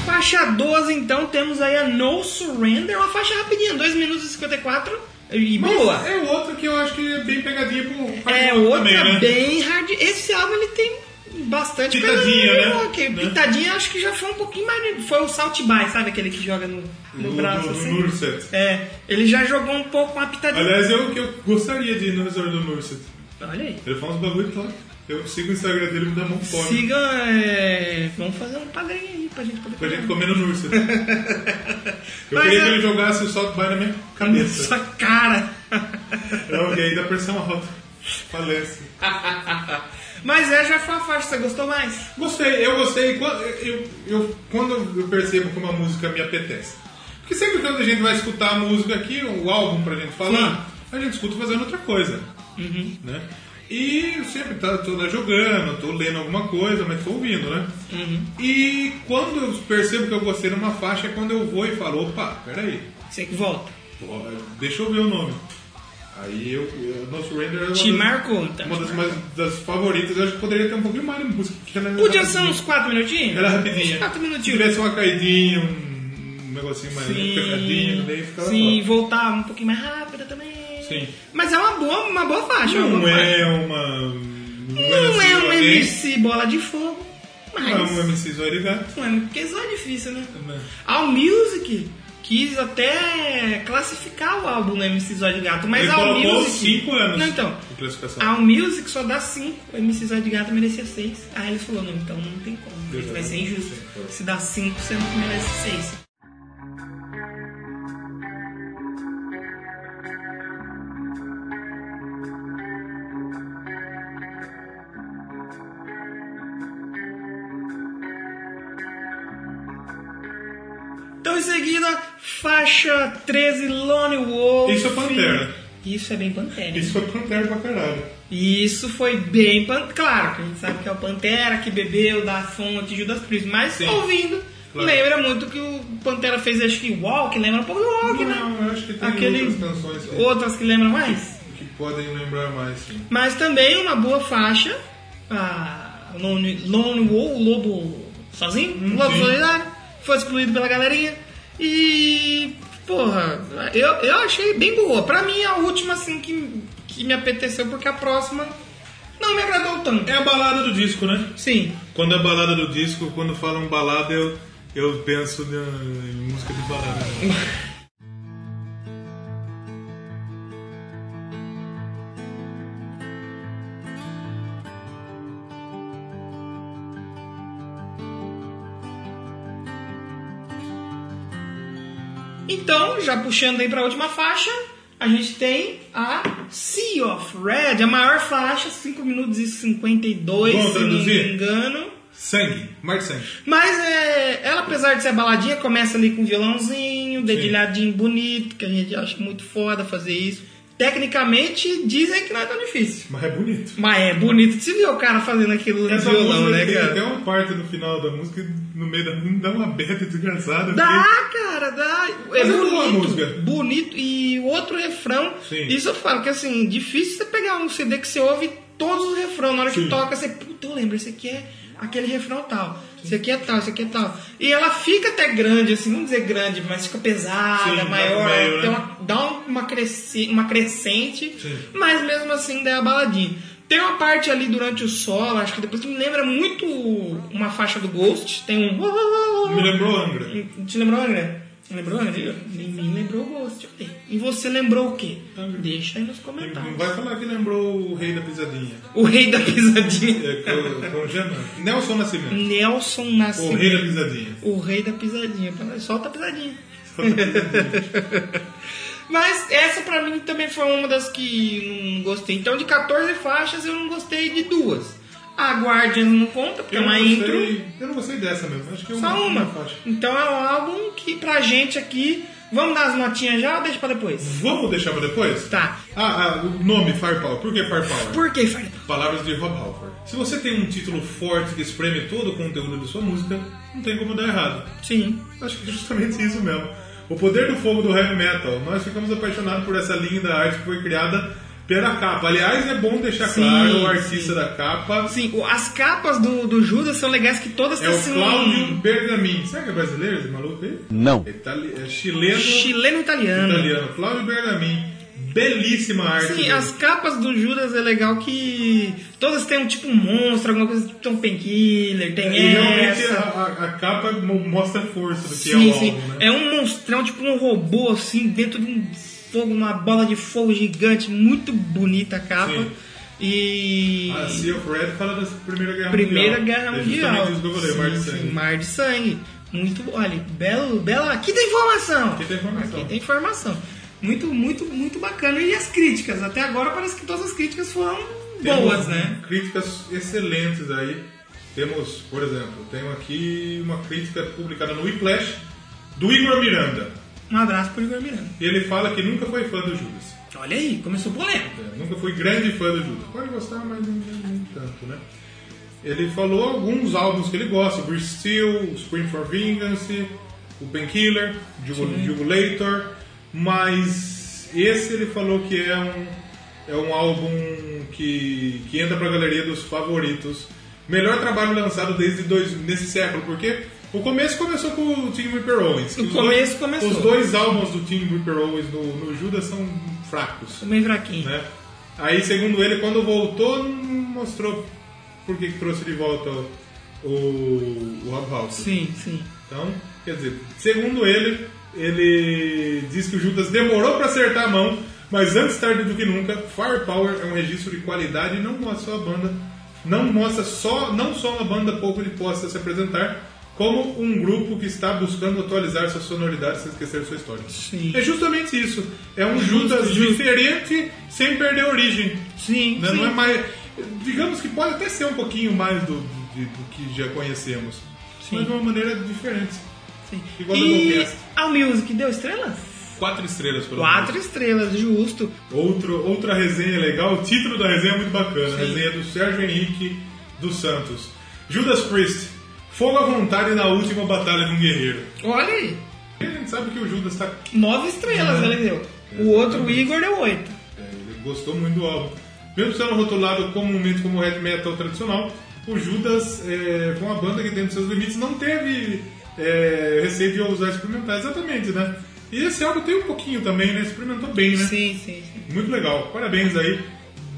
A: Faixa 12, então, temos aí a No Surrender, uma faixa rapidinha, 2 minutos e 54 e
B: Mas
A: boa.
B: É outro que eu acho que é bem pegadinha pro hard
A: É
B: rock
A: outra
B: também, né?
A: bem hard. Esse álbum ele tem bastante coisa
B: Pitadinha,
A: de
B: né?
A: rock.
B: Né?
A: Pitadinha acho que já foi um pouquinho mais. Foi o Salt By, sabe aquele que joga no, no,
B: No-
A: braço
B: no- no
A: assim?
B: Nurset.
A: É, ele já jogou um pouco uma pitadinha.
B: Aliás, eu que eu gostaria de ir no restaurante do Nurset.
A: Olha aí.
B: Ele fala uns bagulho top. Eu sigo o Instagram dele, me dá mão fome.
A: Siga. é, Vamos fazer um padrinho aí pra gente poder
B: Pra gente
A: comer.
B: comer no Nurset. Eu
A: Mas
B: queria
A: é-
B: que ele jogasse o salto by na minha cabeça.
A: Nossa cara!
B: Não, e aí dá pressão alta. Falece.
A: Mas é, já foi uma faixa, você gostou mais?
B: Gostei, eu gostei. Quando eu, eu- quando eu percebo que uma música me apetece. Porque sempre quando a gente vai escutar a música aqui, o álbum pra gente falar, a gente escuta fazendo outra coisa.
A: Uhum.
B: Né? E eu sempre tá, tô lá jogando, tô lendo alguma coisa, mas tô ouvindo, né?
A: Uhum.
B: E quando eu percebo que eu gostei numa faixa é quando eu vou e falo, opa, peraí,
A: Você que volta.
B: ó, deixa eu ver o nome. Aí eu, eu No Surrender é uma
A: Te
B: das-
A: marcou, então.
B: uma das, mais, das favoritas, eu acho que poderia ter um pouquinho mais de música. porque ela é
A: Podia
B: rapidinha.
A: ser um uns 4 minutinhos?
B: Ela é rapidinha.
A: Uns 4
B: Se
A: minutinhos.
B: tivesse uma caidinha, um um negocinho mais pegadinho no meio, ficava
A: Sim,
B: top.
A: voltar um pouquinho mais rápida também.
B: Sim.
A: Mas é uma boa, uma boa faixa. uma
B: Não
A: boa
B: é
A: faixa.
B: uma.
A: Não é um
B: MC.
A: MC bola de fogo, mas...
B: Não é um MC Zorigato.
A: Não é, porque só é difícil, né? A Music quis até classificar o álbum no MC Zóio de Gato, mas
B: Ele
A: a
B: colocou
A: Music...
B: 5 anos
A: Não, então...
B: de classificação.
A: A Music só dá 5, o MC Zóio de Gato merecia 6. Aí eles falaram, não, então não tem como,
B: Exatamente.
A: vai ser injusto. Se dá 5, você não merece 6. Então em seguida, faixa 13, Lone Wolf.
B: Isso é Pantera.
A: Isso é bem Pantera. hein?
B: Isso foi Pantera pra caralho.
A: E isso foi bem. Pan... Claro, que a gente sabe que é o Pantera que bebeu da fonte Judas Priest, mas
B: Sim.
A: ouvindo,
B: Claro.
A: lembra muito que o Pantera fez, acho que Walk, lembra um pouco do Walk, né?
B: Não, eu acho que tem
A: Aquele-
B: outras canções que,
A: Outras que lembram mais.
B: que podem lembrar mais. Sim.
A: Mas também uma boa faixa. A Lone, Lone Wolf, o Lobo Sozinho,
B: Hum,
A: Lobo
B: sim.
A: Solidário, foi excluído pela galerinha. E. Porra, eu, eu achei bem boa. Pra mim é a última assim que, que me apeteceu, porque a próxima não me agradou tanto.
B: É a balada do disco, né?
A: Sim.
B: Quando é a balada do disco, quando falam balada, eu, eu penso na- em música de balada.
A: Então, já puxando aí pra última faixa, a gente tem a Sea of Red, a maior faixa, 5 minutos e 52,
B: Vamos
A: se não me
B: traduzir?
A: engano.
B: Sangue, mar de sangue.
A: Mas é, ela, apesar de ser baladinha, começa ali com violãozinho, dedilhadinho bonito, que a gente acha muito foda fazer isso. Tecnicamente, dizem que não é tão difícil.
B: Mas é bonito.
A: Mas é bonito de se ver o cara fazendo aquilo no
B: Essa
A: violão,
B: música assim,
A: né,
B: É tem
A: cara?
B: até uma parte no final da música, no meio da música, dá uma beta desgraçada.
A: Dá,
B: porque-
A: cara, dá. É
B: Mas é boa a
A: bonito,
B: música.
A: bonito. E o outro refrão,
B: Sim.
A: isso eu falo que assim, difícil você pegar um CD que você ouve todos os refrões. Na hora que
B: Sim.
A: toca, você, puta, eu lembro, esse aqui é aquele refrão tal. Esse aqui é tal, esse aqui é tal. E ela fica até grande, assim, não dizer grande, mas fica
B: Sim,
A: pesada,
B: dá pro
A: maior,
B: meio, né?
A: tem um, uma- dá uma, cresce- uma crescente,
B: Sim.
A: mas mesmo assim dá a baladinha. Tem uma parte ali durante o solo, acho que depois que me lembra muito uma faixa do Ghost. Tem um.
B: Me lembrou Angra.
A: Te lembrou Angra? Lembrou Angra? Me lembrou Ghost. olha aí. E você lembrou o quê? Deixa aí nos
B: Não
A: comentários.
B: vai falar que lembrou o rei da pisadinha.
A: O rei da pisadinha.
B: É, co- como chama? Nelson Nascimento.
A: Nelson
B: O
A: Nascimento.
B: rei da pisadinha.
A: O rei da pisadinha. pra nós. Solta a pisadinha.
B: Solta a
A: Mas essa pra mim também foi uma das que não gostei. Então de 14 faixas eu não gostei de duas. A Guardians não conta, porque é uma
B: não
A: intro.
B: gostei- Eu não gostei dessa mesmo. Acho que é
A: Só uma. Então é um álbum que pra gente aqui. Vamos dar as notinhas já ou deixa pra depois?
B: Vamos deixar pra depois?
A: Tá.
B: Ah, ah, o nome Firepower. Por que Firepower?
A: Por que, Fred?
B: Palavras de Rob Halford. Se você tem um título forte que espreme todo o conteúdo de sua música, não tem como dar errado.
A: Sim.
B: Acho que é justamente isso mesmo. O poder do fogo do heavy metal. Nós ficamos apaixonados por essa linha da arte que foi criada pela capa. Aliás, é bom deixar
A: Sim,
B: claro o artista da capa.
A: Assim, o- as capas do, do Judas são legais que todas
B: É o
A: assim,
B: Cláudio Bergamin. Será que é brasileiro esse maluco aí?
I: Não.
B: É, itali- é chileno,
A: Chileno-italiano.
B: italiano. Cláudio Bergamin. Belíssima arte.
A: Sim, Assim,
B: dele.
A: as capas do Judas é legal que todas têm um tipo um monstro, alguma coisa tipo um painkiller, tem
B: É, E realmente a,
A: essa.
B: a- a capa mo- mostra a força do que é
A: sim,
B: o
A: sim.
B: álbum, né?
A: É um monstrão, tipo um robô assim, dentro de um fogo, uma bola de fogo gigante, muito bonita a capa.
B: Sim. Ah,
A: E.
B: A Sea of Red fala da Primeira Guerra
A: É Primeira
B: Mundial.
A: Guerra
B: É
A: Mundial.
B: justamente isso que eu
A: Sim,
B: falei, Mar de
A: sim,
B: Sangue.
A: Mar de Sangue. Muito, olha, belo, bela. Aqui tem informação!
B: Aqui tem informação.
A: Aqui tem informação. Muito, muito, muito bacana. E as críticas? Até agora parece que todas as críticas foram
B: Temos
A: boas, né?
B: Críticas excelentes aí. Temos, por exemplo, tenho aqui uma crítica publicada no Whiplash do Igor Miranda.
A: Um abraço pro Igor Miranda.
B: E ele fala que nunca foi fã do Judas.
A: Olha aí, começou polêmica.
B: É, nunca fui grande fã do Judas. Pode gostar, mas nem, nem- nem tanto, né? Ele falou alguns álbuns que ele gosta: Breathe Steel, Scream for Vengeance, o Painkiller, Jugul- Jugulator. Mas esse ele falou que é um, é um álbum que, que entra pra galeria dos favoritos. Melhor trabalho lançado desde dois, nesse século, porque o começo começou com o Tim Reaper Owens.
A: O
B: Os
A: começo
B: dois,
A: começou.
B: Os dois álbuns do Tim Reaper Owens no, no Judas são fracos
A: Tô meio fraquinho.
B: né? Aí, segundo ele, quando voltou, não mostrou por que que trouxe de volta o, o, o Rob Halford.
A: Sim, sim.
B: Então, quer dizer, segundo ele, ele diz que o Judas demorou para acertar a mão, mas antes tarde do que nunca, Firepower é um registro de qualidade e não mostra só a banda, não mostra só, não só uma banda pouco de posta se apresentar, como um grupo que está buscando atualizar sua sonoridade sem esquecer sua história.
A: Sim.
B: É justamente isso. É um Judas diferente sem perder a origem.
A: Sim,
B: Né?
A: sim.
B: Não é mais. Digamos que pode até ser um pouquinho mais do, de- do que já conhecemos.
A: Sim.
B: Mas de uma maneira diferente.
A: sim.
B: Igual no
A: E
B: Golpest.
A: a Music deu estrelas?
B: Quatro estrelas, pelo
A: Quatro estrelas, justo.
B: menos. Outro, outra resenha legal. O título da resenha é muito bacana. A resenha do Sérgio Henrique dos Santos. Judas Priest. Fogo à vontade na última batalha de um guerreiro.
A: Olha aí,
B: E a gente sabe que o Judas tá,
A: nove estrelas
B: Uhum.
A: ele deu. O outro, o Igor, deu oito.
B: é, ele gostou muito do álbum. Mesmo sendo rotulado comumente como heavy metal tradicional, o Judas, é, com a banda que tem dos seus limites, não teve é, receio de ousar experimentar. Exatamente, né? E esse álbum tem um pouquinho também, né? Experimentou bem, né?
A: Sim, sim, sim.
B: Muito legal, parabéns aí.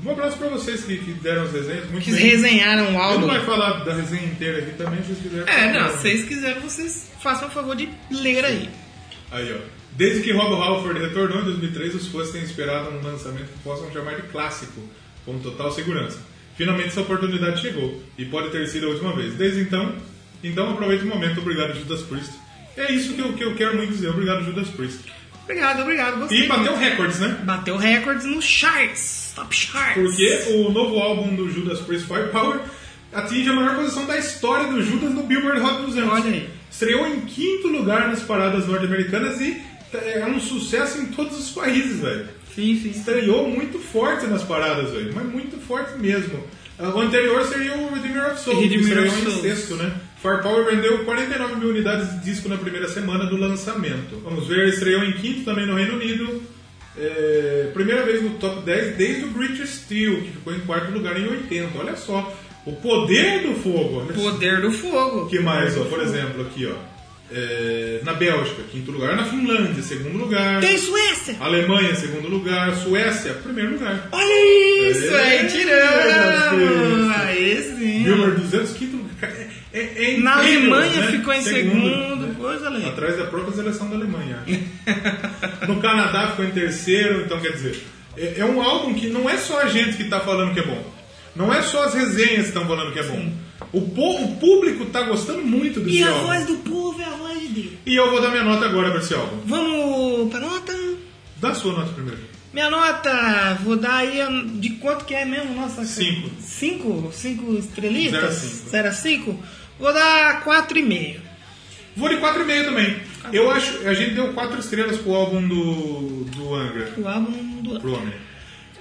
B: Um abraço pra vocês que, que deram as resenhas. Muito
A: Que
B: bem.
A: resenharam o
B: Eu
A: álbum.
B: não vai falar da resenha inteira aqui também, se vocês quiserem.
A: É,
B: falar.
A: não, se vocês quiserem, vocês façam o favor de ler aí.
B: Aí, ó. Desde que Rob Halford retornou em 2003, os fãs têm esperado um lançamento que possam chamar de clássico, com total segurança. Finalmente essa oportunidade chegou, e pode ter sido a última vez. Desde então, então aproveite o momento. Obrigado, Judas Priest. É isso que eu, que eu quero muito dizer. Obrigado, Judas Priest.
A: Obrigado, obrigado, gostei.
B: E bateu recordes, né?
A: Bateu recordes no charts, top charts.
B: Porque o novo álbum do Judas Priest, Firepower, atinge a maior posição da história do Judas no Billboard Hot 200.
A: Olha aí.
B: Estreou em quinto lugar nas paradas norte-americanas e é um sucesso em todos os países, velho.
A: Sim, sim.
B: estreou muito forte nas paradas, velho. Mas muito forte mesmo. O anterior seria o Redeemer of Souls, que
A: Redeemer
B: estreou
A: of
B: em
A: Souls.
B: sexto, né? Firepower vendeu 49 mil unidades de disco na primeira semana do lançamento. Vamos ver, estreou em quinto também no Reino Unido. É, primeira vez no top 10 desde o British Steel, que ficou em quarto lugar em 80. Olha só, o poder do fogo. Olha só.
A: Poder do
B: O
A: fogo.
B: que mais, ó? Por exemplo, aqui, ó. É, na Bélgica, quinto lugar. Na Finlândia, segundo lugar.
A: Tem Suécia!
B: Alemanha, segundo lugar. Suécia, primeiro lugar.
A: Olha isso,
B: É,
A: aí, tirando! mano, aí sim.
B: Wilmer 200 quinto lugar. É, é, é
A: Na
B: incrível,
A: Alemanha
B: né?
A: ficou em segundo,
B: né?
A: coisa ali.
B: Atrás da própria seleção da Alemanha. no Canadá ficou em terceiro, então quer dizer. É, é um álbum que não é só a gente que está falando que é bom. Não é só as resenhas que estão falando que é bom. O, po- o público está gostando muito desse
A: E a
B: álbum.
A: voz do povo é a voz de Deus.
B: E eu vou dar minha nota agora para esse álbum.
A: Vamos pra nota?
B: Dá a sua nota primeiro.
A: Minha nota, vou dar aí a- de quanto que é mesmo? Nossa,
B: Cinco.
A: 5? 5
B: Zero a
A: estrelitas?
B: cinco.
A: 0 a 5? Vou dar 4,5.
B: Vou de 4,5 também. Eu acho. A gente deu 4 estrelas pro álbum do, do Angra.
A: O álbum do.
B: Pro Angra.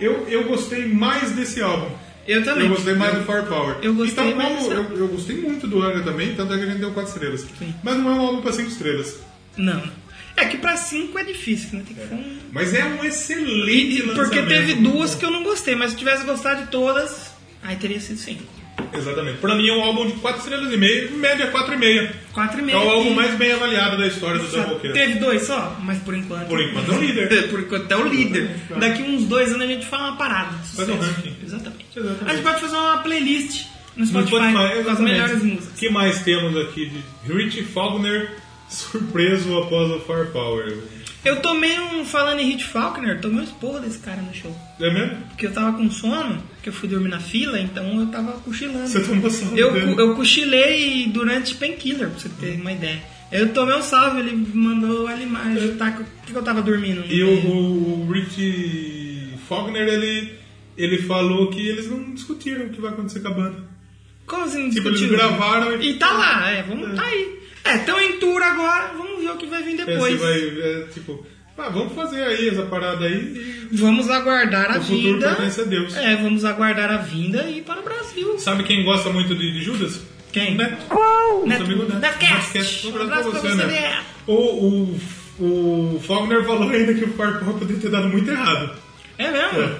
B: Eu, eu gostei mais desse álbum.
A: Eu também.
B: Eu gostei mais do Firepower.
A: Eu gostei
B: então,
A: mais
B: como
A: desse
B: eu, eu gostei muito do Angra também, tanto é que a gente deu 4 estrelas. Mas não é um álbum pra 5 estrelas.
A: Não. É que pra 5 é difícil, né? Tem que ser um.
B: Mas é um excelente lançamento. né?
A: Porque teve duas que eu não gostei, mas se tivesse gostado de todas, aí teria sido 5.
B: Exatamente. Pra mim é um álbum de 4 estrelas e meia, média 4,5.
A: 4,5.
B: É o álbum mais bem avaliado da história do Doublecare.
A: Teve dois só, mas por enquanto.
B: Por enquanto é o líder.
A: Por enquanto é o líder. Daqui uns dois anos a gente fala uma parada. de
B: Faz um
A: sucesso.
B: ranking.
A: Exatamente.
B: Exatamente.
A: A gente pode fazer uma playlist no
B: No
A: Spotify,
B: Spotify,
A: com as
B: exatamente.
A: melhores músicas.
B: O que mais temos aqui de Rich Faulkner surpreso após o Firepower?
A: Eu tomei um, falando em Hit Falconer, tomei um esporro desse cara no show.
B: É mesmo?
A: Porque eu tava com sono, que eu fui dormir na fila, então eu tava cochilando.
B: Você tá tomou um salve
A: Eu,
B: dele.
A: eu cochilei durante Painkiller, pra você ter uma ideia. Eu tomei um salve, ele mandou a imagem, tá? O que que eu tava dormindo? né?
B: E o, o, o Rich Faulkner, ele, ele falou que eles não discutiram o que vai acontecer com a banda.
A: Como assim?
B: Tipo, eles
A: discutiu?
B: gravaram e-
A: E tá lá, é, vamos tá aí. É, tão em tour agora, vamos ver o que vai vir
B: É,
A: depois.
B: Você vai, é, tipo, ah, vamos fazer aí essa parada aí.
A: Vamos aguardar a
B: O futuro
A: vinda.
B: pertence a Deus.
A: É, vamos aguardar a vinda e ir para o Brasil.
B: E sabe quem gosta muito de, de Judas?
A: Quem?
B: Neto.
A: Neto.
B: Nosso amigo Neto.
A: Netcast.
B: Netcast. Um
A: Um abraço pra você, Neto.
B: O, o, o Faulkner falou ainda que o Firepower poderia ter dado muito errado.
A: É mesmo?
B: É.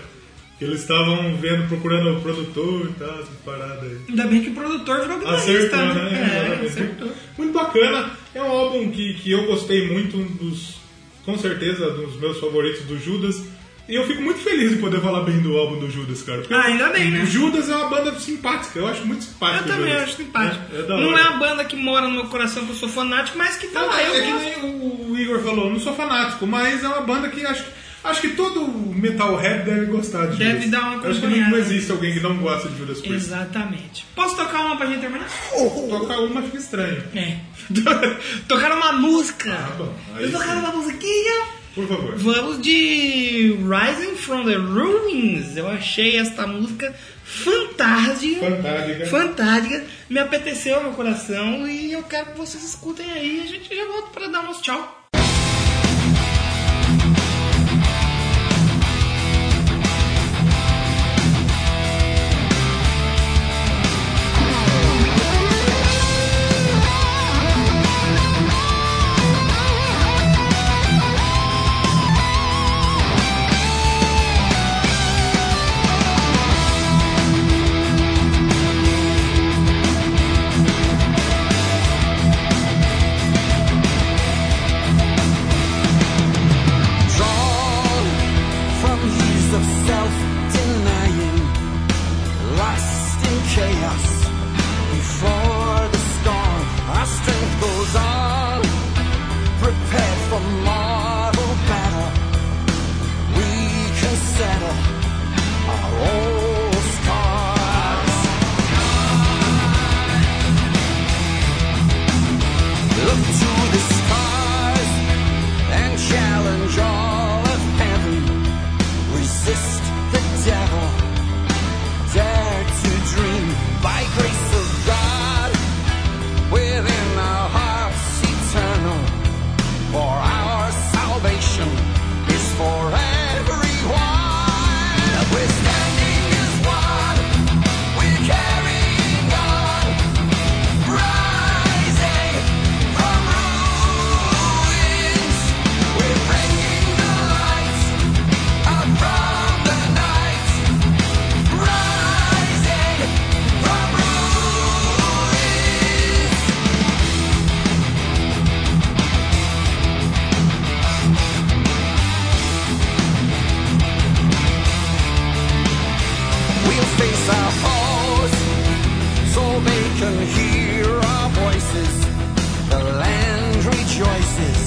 B: Que eles estavam vendo, procurando o produtor e tal, essas paradas aí.
A: Ainda bem que o produtor virou guitarrista.
B: Acertou, né?
A: É,
B: Exatamente.
A: acertou.
B: Muito bacana. É um álbum que, que eu gostei muito, um dos, com certeza, um dos meus favoritos do Judas. E eu fico muito feliz de poder falar bem do álbum do Judas, cara. Porque
A: Ah, ainda bem, né?
B: O Judas é uma banda simpática, eu acho muito
A: Eu
B: simpática. o
A: também
B: Judas.
A: acho simpático.
B: É, é da
A: não
B: hora.
A: é a banda que mora no meu coração que eu sou fanático, mas que tá
B: Não,
A: lá.
B: é,
A: Eu
B: é que
A: gosto.
B: nem o, o Igor falou, eu não sou fanático, mas é uma banda que acho, acho que todo metalhead deve gostar de
A: Deve
B: Judas.
A: dar uma
B: Eu Acho que
A: acompanhada.
B: não existe alguém que não gosta de Judas Priest.
A: Exatamente. Posso tocar uma pra gente terminar?
B: Tocar uma fica estranho.
A: É. Tocaram uma música.
B: Ah, bom. Aí
A: Eu tocaram
B: sim.
A: uma musiquinha.
B: Por favor.
A: Vamos de Rising from the Ruins. Eu achei esta música fantástica.
B: Fantástica.
A: Fantástica. Me apeteceu meu coração e eu quero que vocês escutem aí. A gente já volta para dar nosso tchau.
H: drawn from years of self-denying, lost in chaos. Before the storm, our strength goes on, prepared for mortal battle. We can settle our old scars. Look to the stars and challenge all of heaven. Resist the devil, dare to dream by grace of God. Within our hearts, eternal, for our salvation is for everyone. We're standing as one, we're carrying on, rising from ruins. We're bringing the light up from the night, rising from ruins. We'll face our fall. can hear our voices. The land rejoices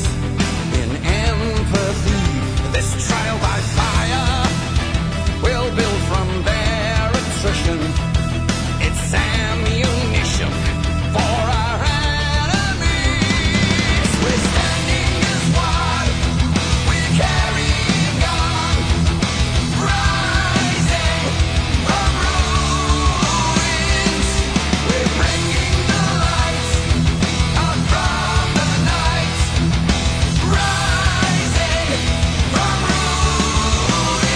H: in empathy. This trial by fire will build from their attrition. It's ammunition for our enemies. We're standing as one. We're carrying on, rising from ruins. We're bringing the light out from the night, rising from ruins.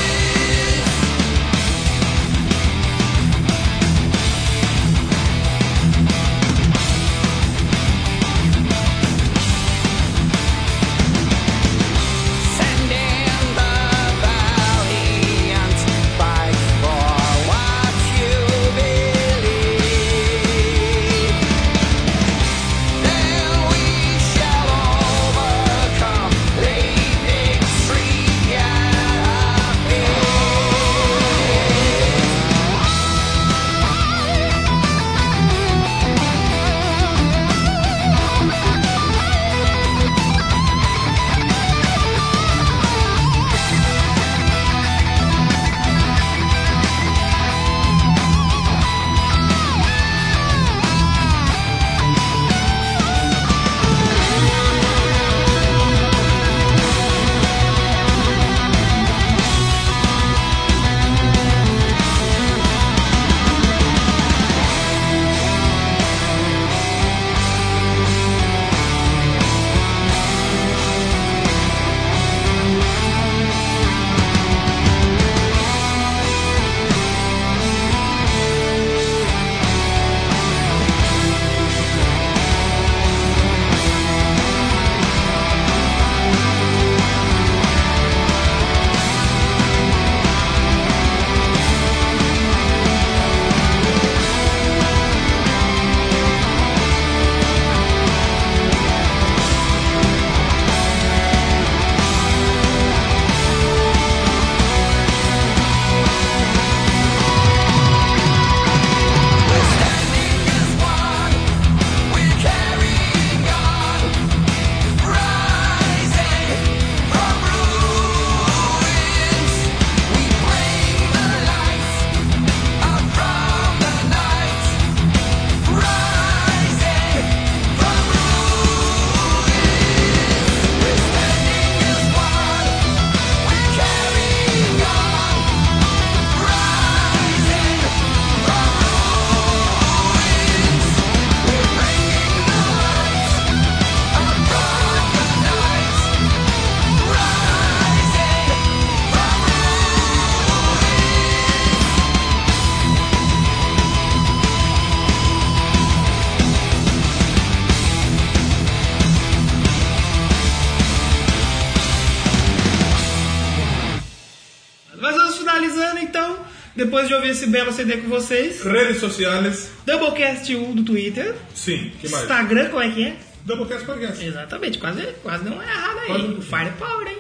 A: Mas vamos finalizando então, depois de ouvir esse belo CD com vocês.
B: Redes sociais.
A: Doublecast 1 do Twitter.
B: Sim, que mais?
A: Instagram, como é que é?
B: Doublecast Podcast.
A: Exatamente, quase, quase não é errado aí.
B: Quase não.
A: O Firepower, hein?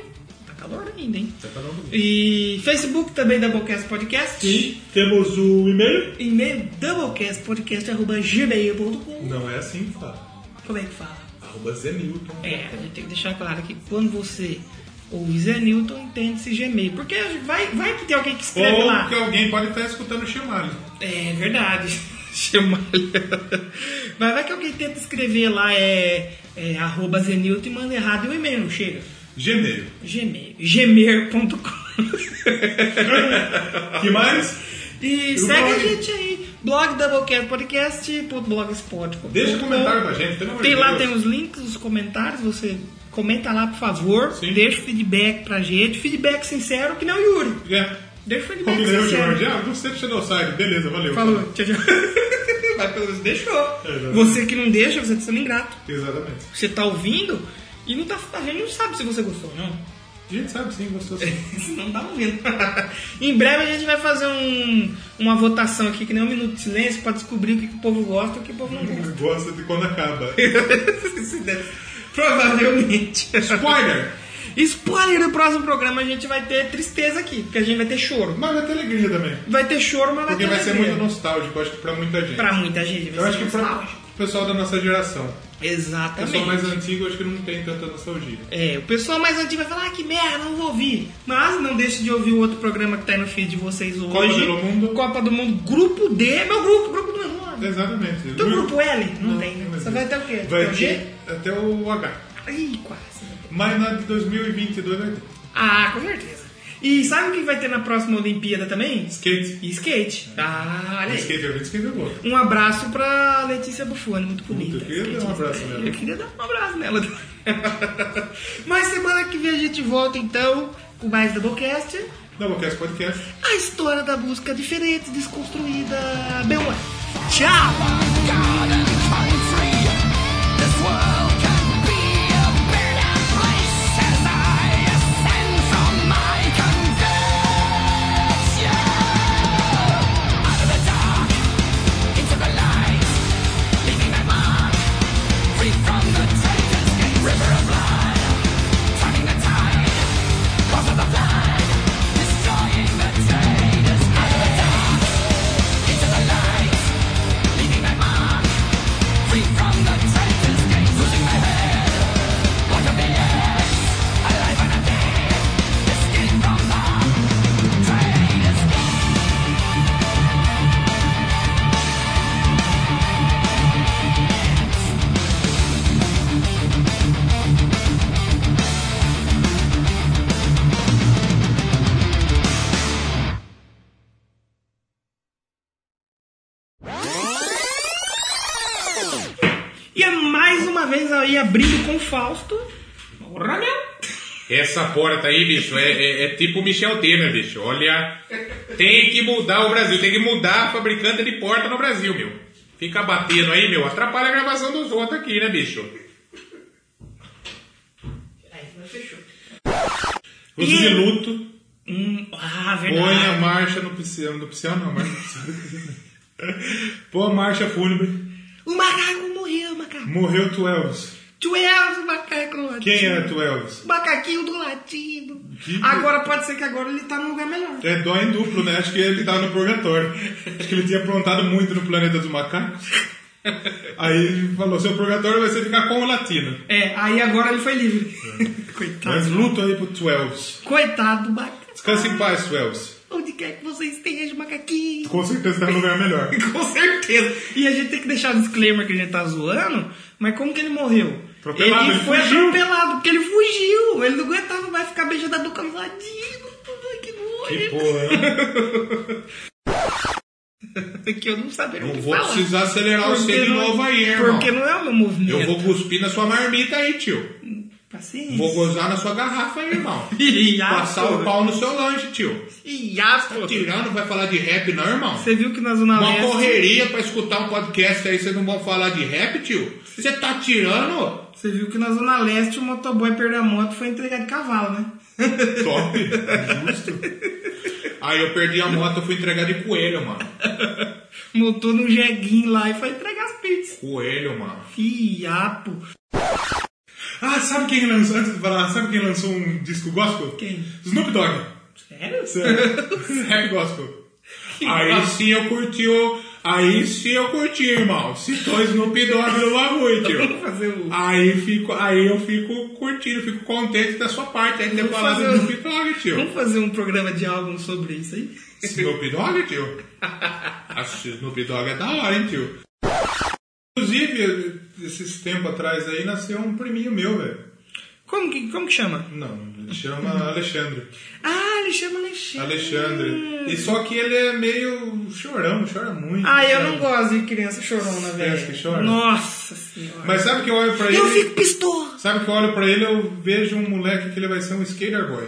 A: Tá calor ainda, hein? E Facebook também, Doublecast Podcast.
B: Sim, temos o e-mail.
A: E-mail doublecastpodcast.gmail.com
B: Não é assim, fala.
A: Como é que fala?
B: Arroba Zenilton.
A: É, a gente tem que deixar claro que quando você ouve Zé Newton, entende-se Gmail. Porque vai, vai que tem alguém que escreve
B: Ou
A: lá.
B: que alguém pode estar escutando o Chimalho.
A: É verdade. Chama- Mas vai que alguém tenta escrever lá, é, é arroba Zenilton e manda errado e o e-mail não chega.
B: Gmail.
A: Gmail. Gmail.com.
B: que mais?
A: E
B: o
A: segue a
B: blog?
A: gente aí. Blog doublecastpodcast.blogspot.com
B: Deixa comentário pra gente, pelo amor
A: Tem
B: de
A: lá,
B: Deus.
A: tem os links, os comentários, você comenta lá, por favor.
B: Sim.
A: Deixa o feedback pra gente. Feedback sincero, que nem o Yuri.
B: É.
A: Deixa o feedback
B: Como eu de
A: sincero.
B: Jorge. Ah, você deixou o site. Beleza, valeu.
A: Falou, tchau, tchau. Mas pelo menos deixou.
B: Exatamente.
A: Você que não deixa, você tá sendo ingrato.
B: Exatamente.
A: Você tá ouvindo e não tá, a gente não sabe se você gostou ou não.
B: A gente sabe sim, gostou sim.
A: Não tá ouvindo. em breve a gente vai fazer um, uma votação aqui, que nem um minuto de silêncio, pra descobrir o que, que o povo gosta e o que o povo não gosta.
B: Gosta de quando acaba.
A: Provavelmente.
B: Spoiler!
A: Spoiler no próximo programa, a gente vai ter tristeza aqui, porque a gente vai ter choro.
B: Mas vai ter alegria também.
A: Vai ter choro, mas vai
B: Porque
A: ter
B: vai ser
A: É alegria.
B: muito nostálgico, acho que pra muita gente.
A: Pra muita gente. vai
B: Eu
A: ser
B: acho que pra
A: nostálgico.
B: o pessoal da nossa geração. O
A: Exatamente.
B: pessoal mais antigo acho que não tem tanta nostalgia.
A: É, o pessoal mais antigo vai falar, ah, que merda, não vou ouvir. Mas não deixe de ouvir o outro programa que tá aí no feed de vocês hoje.
B: Copa do Mundo.
A: Copa do Mundo, Grupo D, é meu grupo, Grupo do Mundo.
B: Exatamente.
A: Tem o Grupo L? Não, tem, né? Só vai até o quê?
B: Vai
A: até o G?
B: ter até o H.
A: Ih, quase.
B: Mas na de 2022 vai ter.
A: Ah, com certeza. E sabe o que vai ter na próxima Olimpíada também?
B: Skate.
A: E skate. Ah, olha aí.
B: Skate, eu vi skate é bom.
A: Um abraço pra Letícia Bufone, muito bonita.
B: Eu queria dar um abraço nela.
A: Eu queria dar um abraço nela. Mas semana que vem a gente volta então com mais Doublecast.
B: Doublecast Podcast.
A: A história da música é diferente, desconstruída. Bem, ué. tchau! E é mais uma vez aí abrindo com o Fausto. Porra, meu!
B: Essa porta aí, bicho, é, é- é tipo o Michel Temer, bicho. Olha, tem que mudar o Brasil, tem que mudar a fabricante de porta no Brasil, meu. Fica batendo aí, meu, atrapalha a gravação dos outros aqui, né, bicho? Os de luto,
A: Hum, ah,
B: põe a
A: verdade.
B: marcha no pisciano, no pisciano não, marcha no pisciano. Põe a marcha fúnebre.
A: O macaco morreu, macaco.
B: Morreu tu, Elvis.
A: Tu és o macaco latino.
B: Quem era tu, Elvis?
A: Macaquinho do latido.
B: Que-
A: Agora pode ser que agora ele tá num lugar melhor.
B: É dó em duplo, né? Acho que ele tava no purgatório. Acho que ele tinha aprontado muito no planeta dos macacos. Aí ele falou: seu purgatório vai ser ficar com o latino.
A: É, aí agora ele foi
B: É.
A: livre. Coitado.
B: Mas luto aí pro Twelves.
A: Coitado do macaco.
B: Descanse em paz, Twelves.
A: Onde quer que você esteja, macaquinho.
B: Com certeza tá no lugar melhor.
A: Com certeza. E a gente tem que deixar o disclaimer que a gente tá zoando, mas como que ele morreu?
B: Atropelado,
A: ele
B: ele
A: foi
B: fugiu.
A: atropelado, porque ele fugiu. Ele não aguentava mais ficar beijando a boca do ladinho. Tudo, ai, que nojo.
B: Que porra, né?
A: Que, eu não sabia o
B: Não
A: que
B: vou
A: falar.
B: precisar acelerar
A: Porque
B: você de
A: não-
B: novo aí, irmão.
A: Porque não é o meu movimento.
B: Eu vou cuspir na sua marmita aí, tio.
A: Paciência.
B: Vou gozar na sua garrafa aí, irmão.
A: Ih, ah,
B: Passar
A: pô.
B: o pau no seu lanche, tio. Tá
A: Ih, ah, pô.
B: Tirando, vai falar de rap, não, irmão?
A: Você viu que na Zona
B: Uma
A: Leste...
B: correria pra escutar um podcast aí, vocês não vão falar de rap, tio? Você tá tirando?
A: Você viu que na Zona Leste o motoboy perdeu a moto e foi entregar de cavalo, né?
B: Top, justo. Aí eu perdi a moto, eu fui entregar de coelho, mano.
A: Montou num jeguinho lá e foi entregar as pizzas.
B: Coelho, mano.
A: Fiapo.
B: Ah, sabe quem lançou, antes de falar, sabe quem lançou um disco gospel?
A: Quem?
B: Snoop Dogg.
A: Sério?
B: Rap gospel. Aí sim eu curti o... Aí sim eu curti, irmão. Citou Snoop Dogg no bagulho,
A: Vamos
B: tio.
A: fazer um, o...
B: Aí, fico, aí eu fico curtindo, fico contente da sua parte aí de ter
A: Vamos
B: falado
A: fazer o-
B: do Snoop Dogg, tio.
A: Vamos um fazer um programa de álbum sobre isso aí?
B: Snoop Dogg, tio? Acho que Snoop Dogg é da hora, hein, tio? Inclusive, esses tempos atrás aí nasceu um priminho meu, velho.
A: Como que, como que chama?
B: Não, ele chama Alexandre.
A: Ah, ele chama Alexandre.
B: Alexandre. E só que ele é meio chorão, chora muito.
A: Ah, eu
B: sabe?
A: não gosto de criança chorona,
B: Criança
A: velho.
B: que chora?
A: Nossa senhora.
B: Mas sabe que eu olho pra ele.
A: Eu fico pistola.
B: Sabe que eu olho pra ele eu vejo um moleque que ele vai ser um skater boy.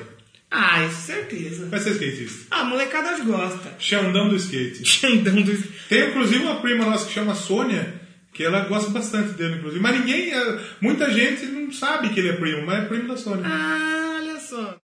A: Ah, isso certeza.
B: Vai ser skatista.
A: Ah, a molecada gosta.
B: Xandão do skate.
A: Xandão do...
B: Tem inclusive uma prima nossa que chama Sônia, que ela gosta bastante dele, inclusive. Mas ninguém, eh, muita gente não sabe que ele é primo, mas é primo da Sônia.
A: Ah, olha só.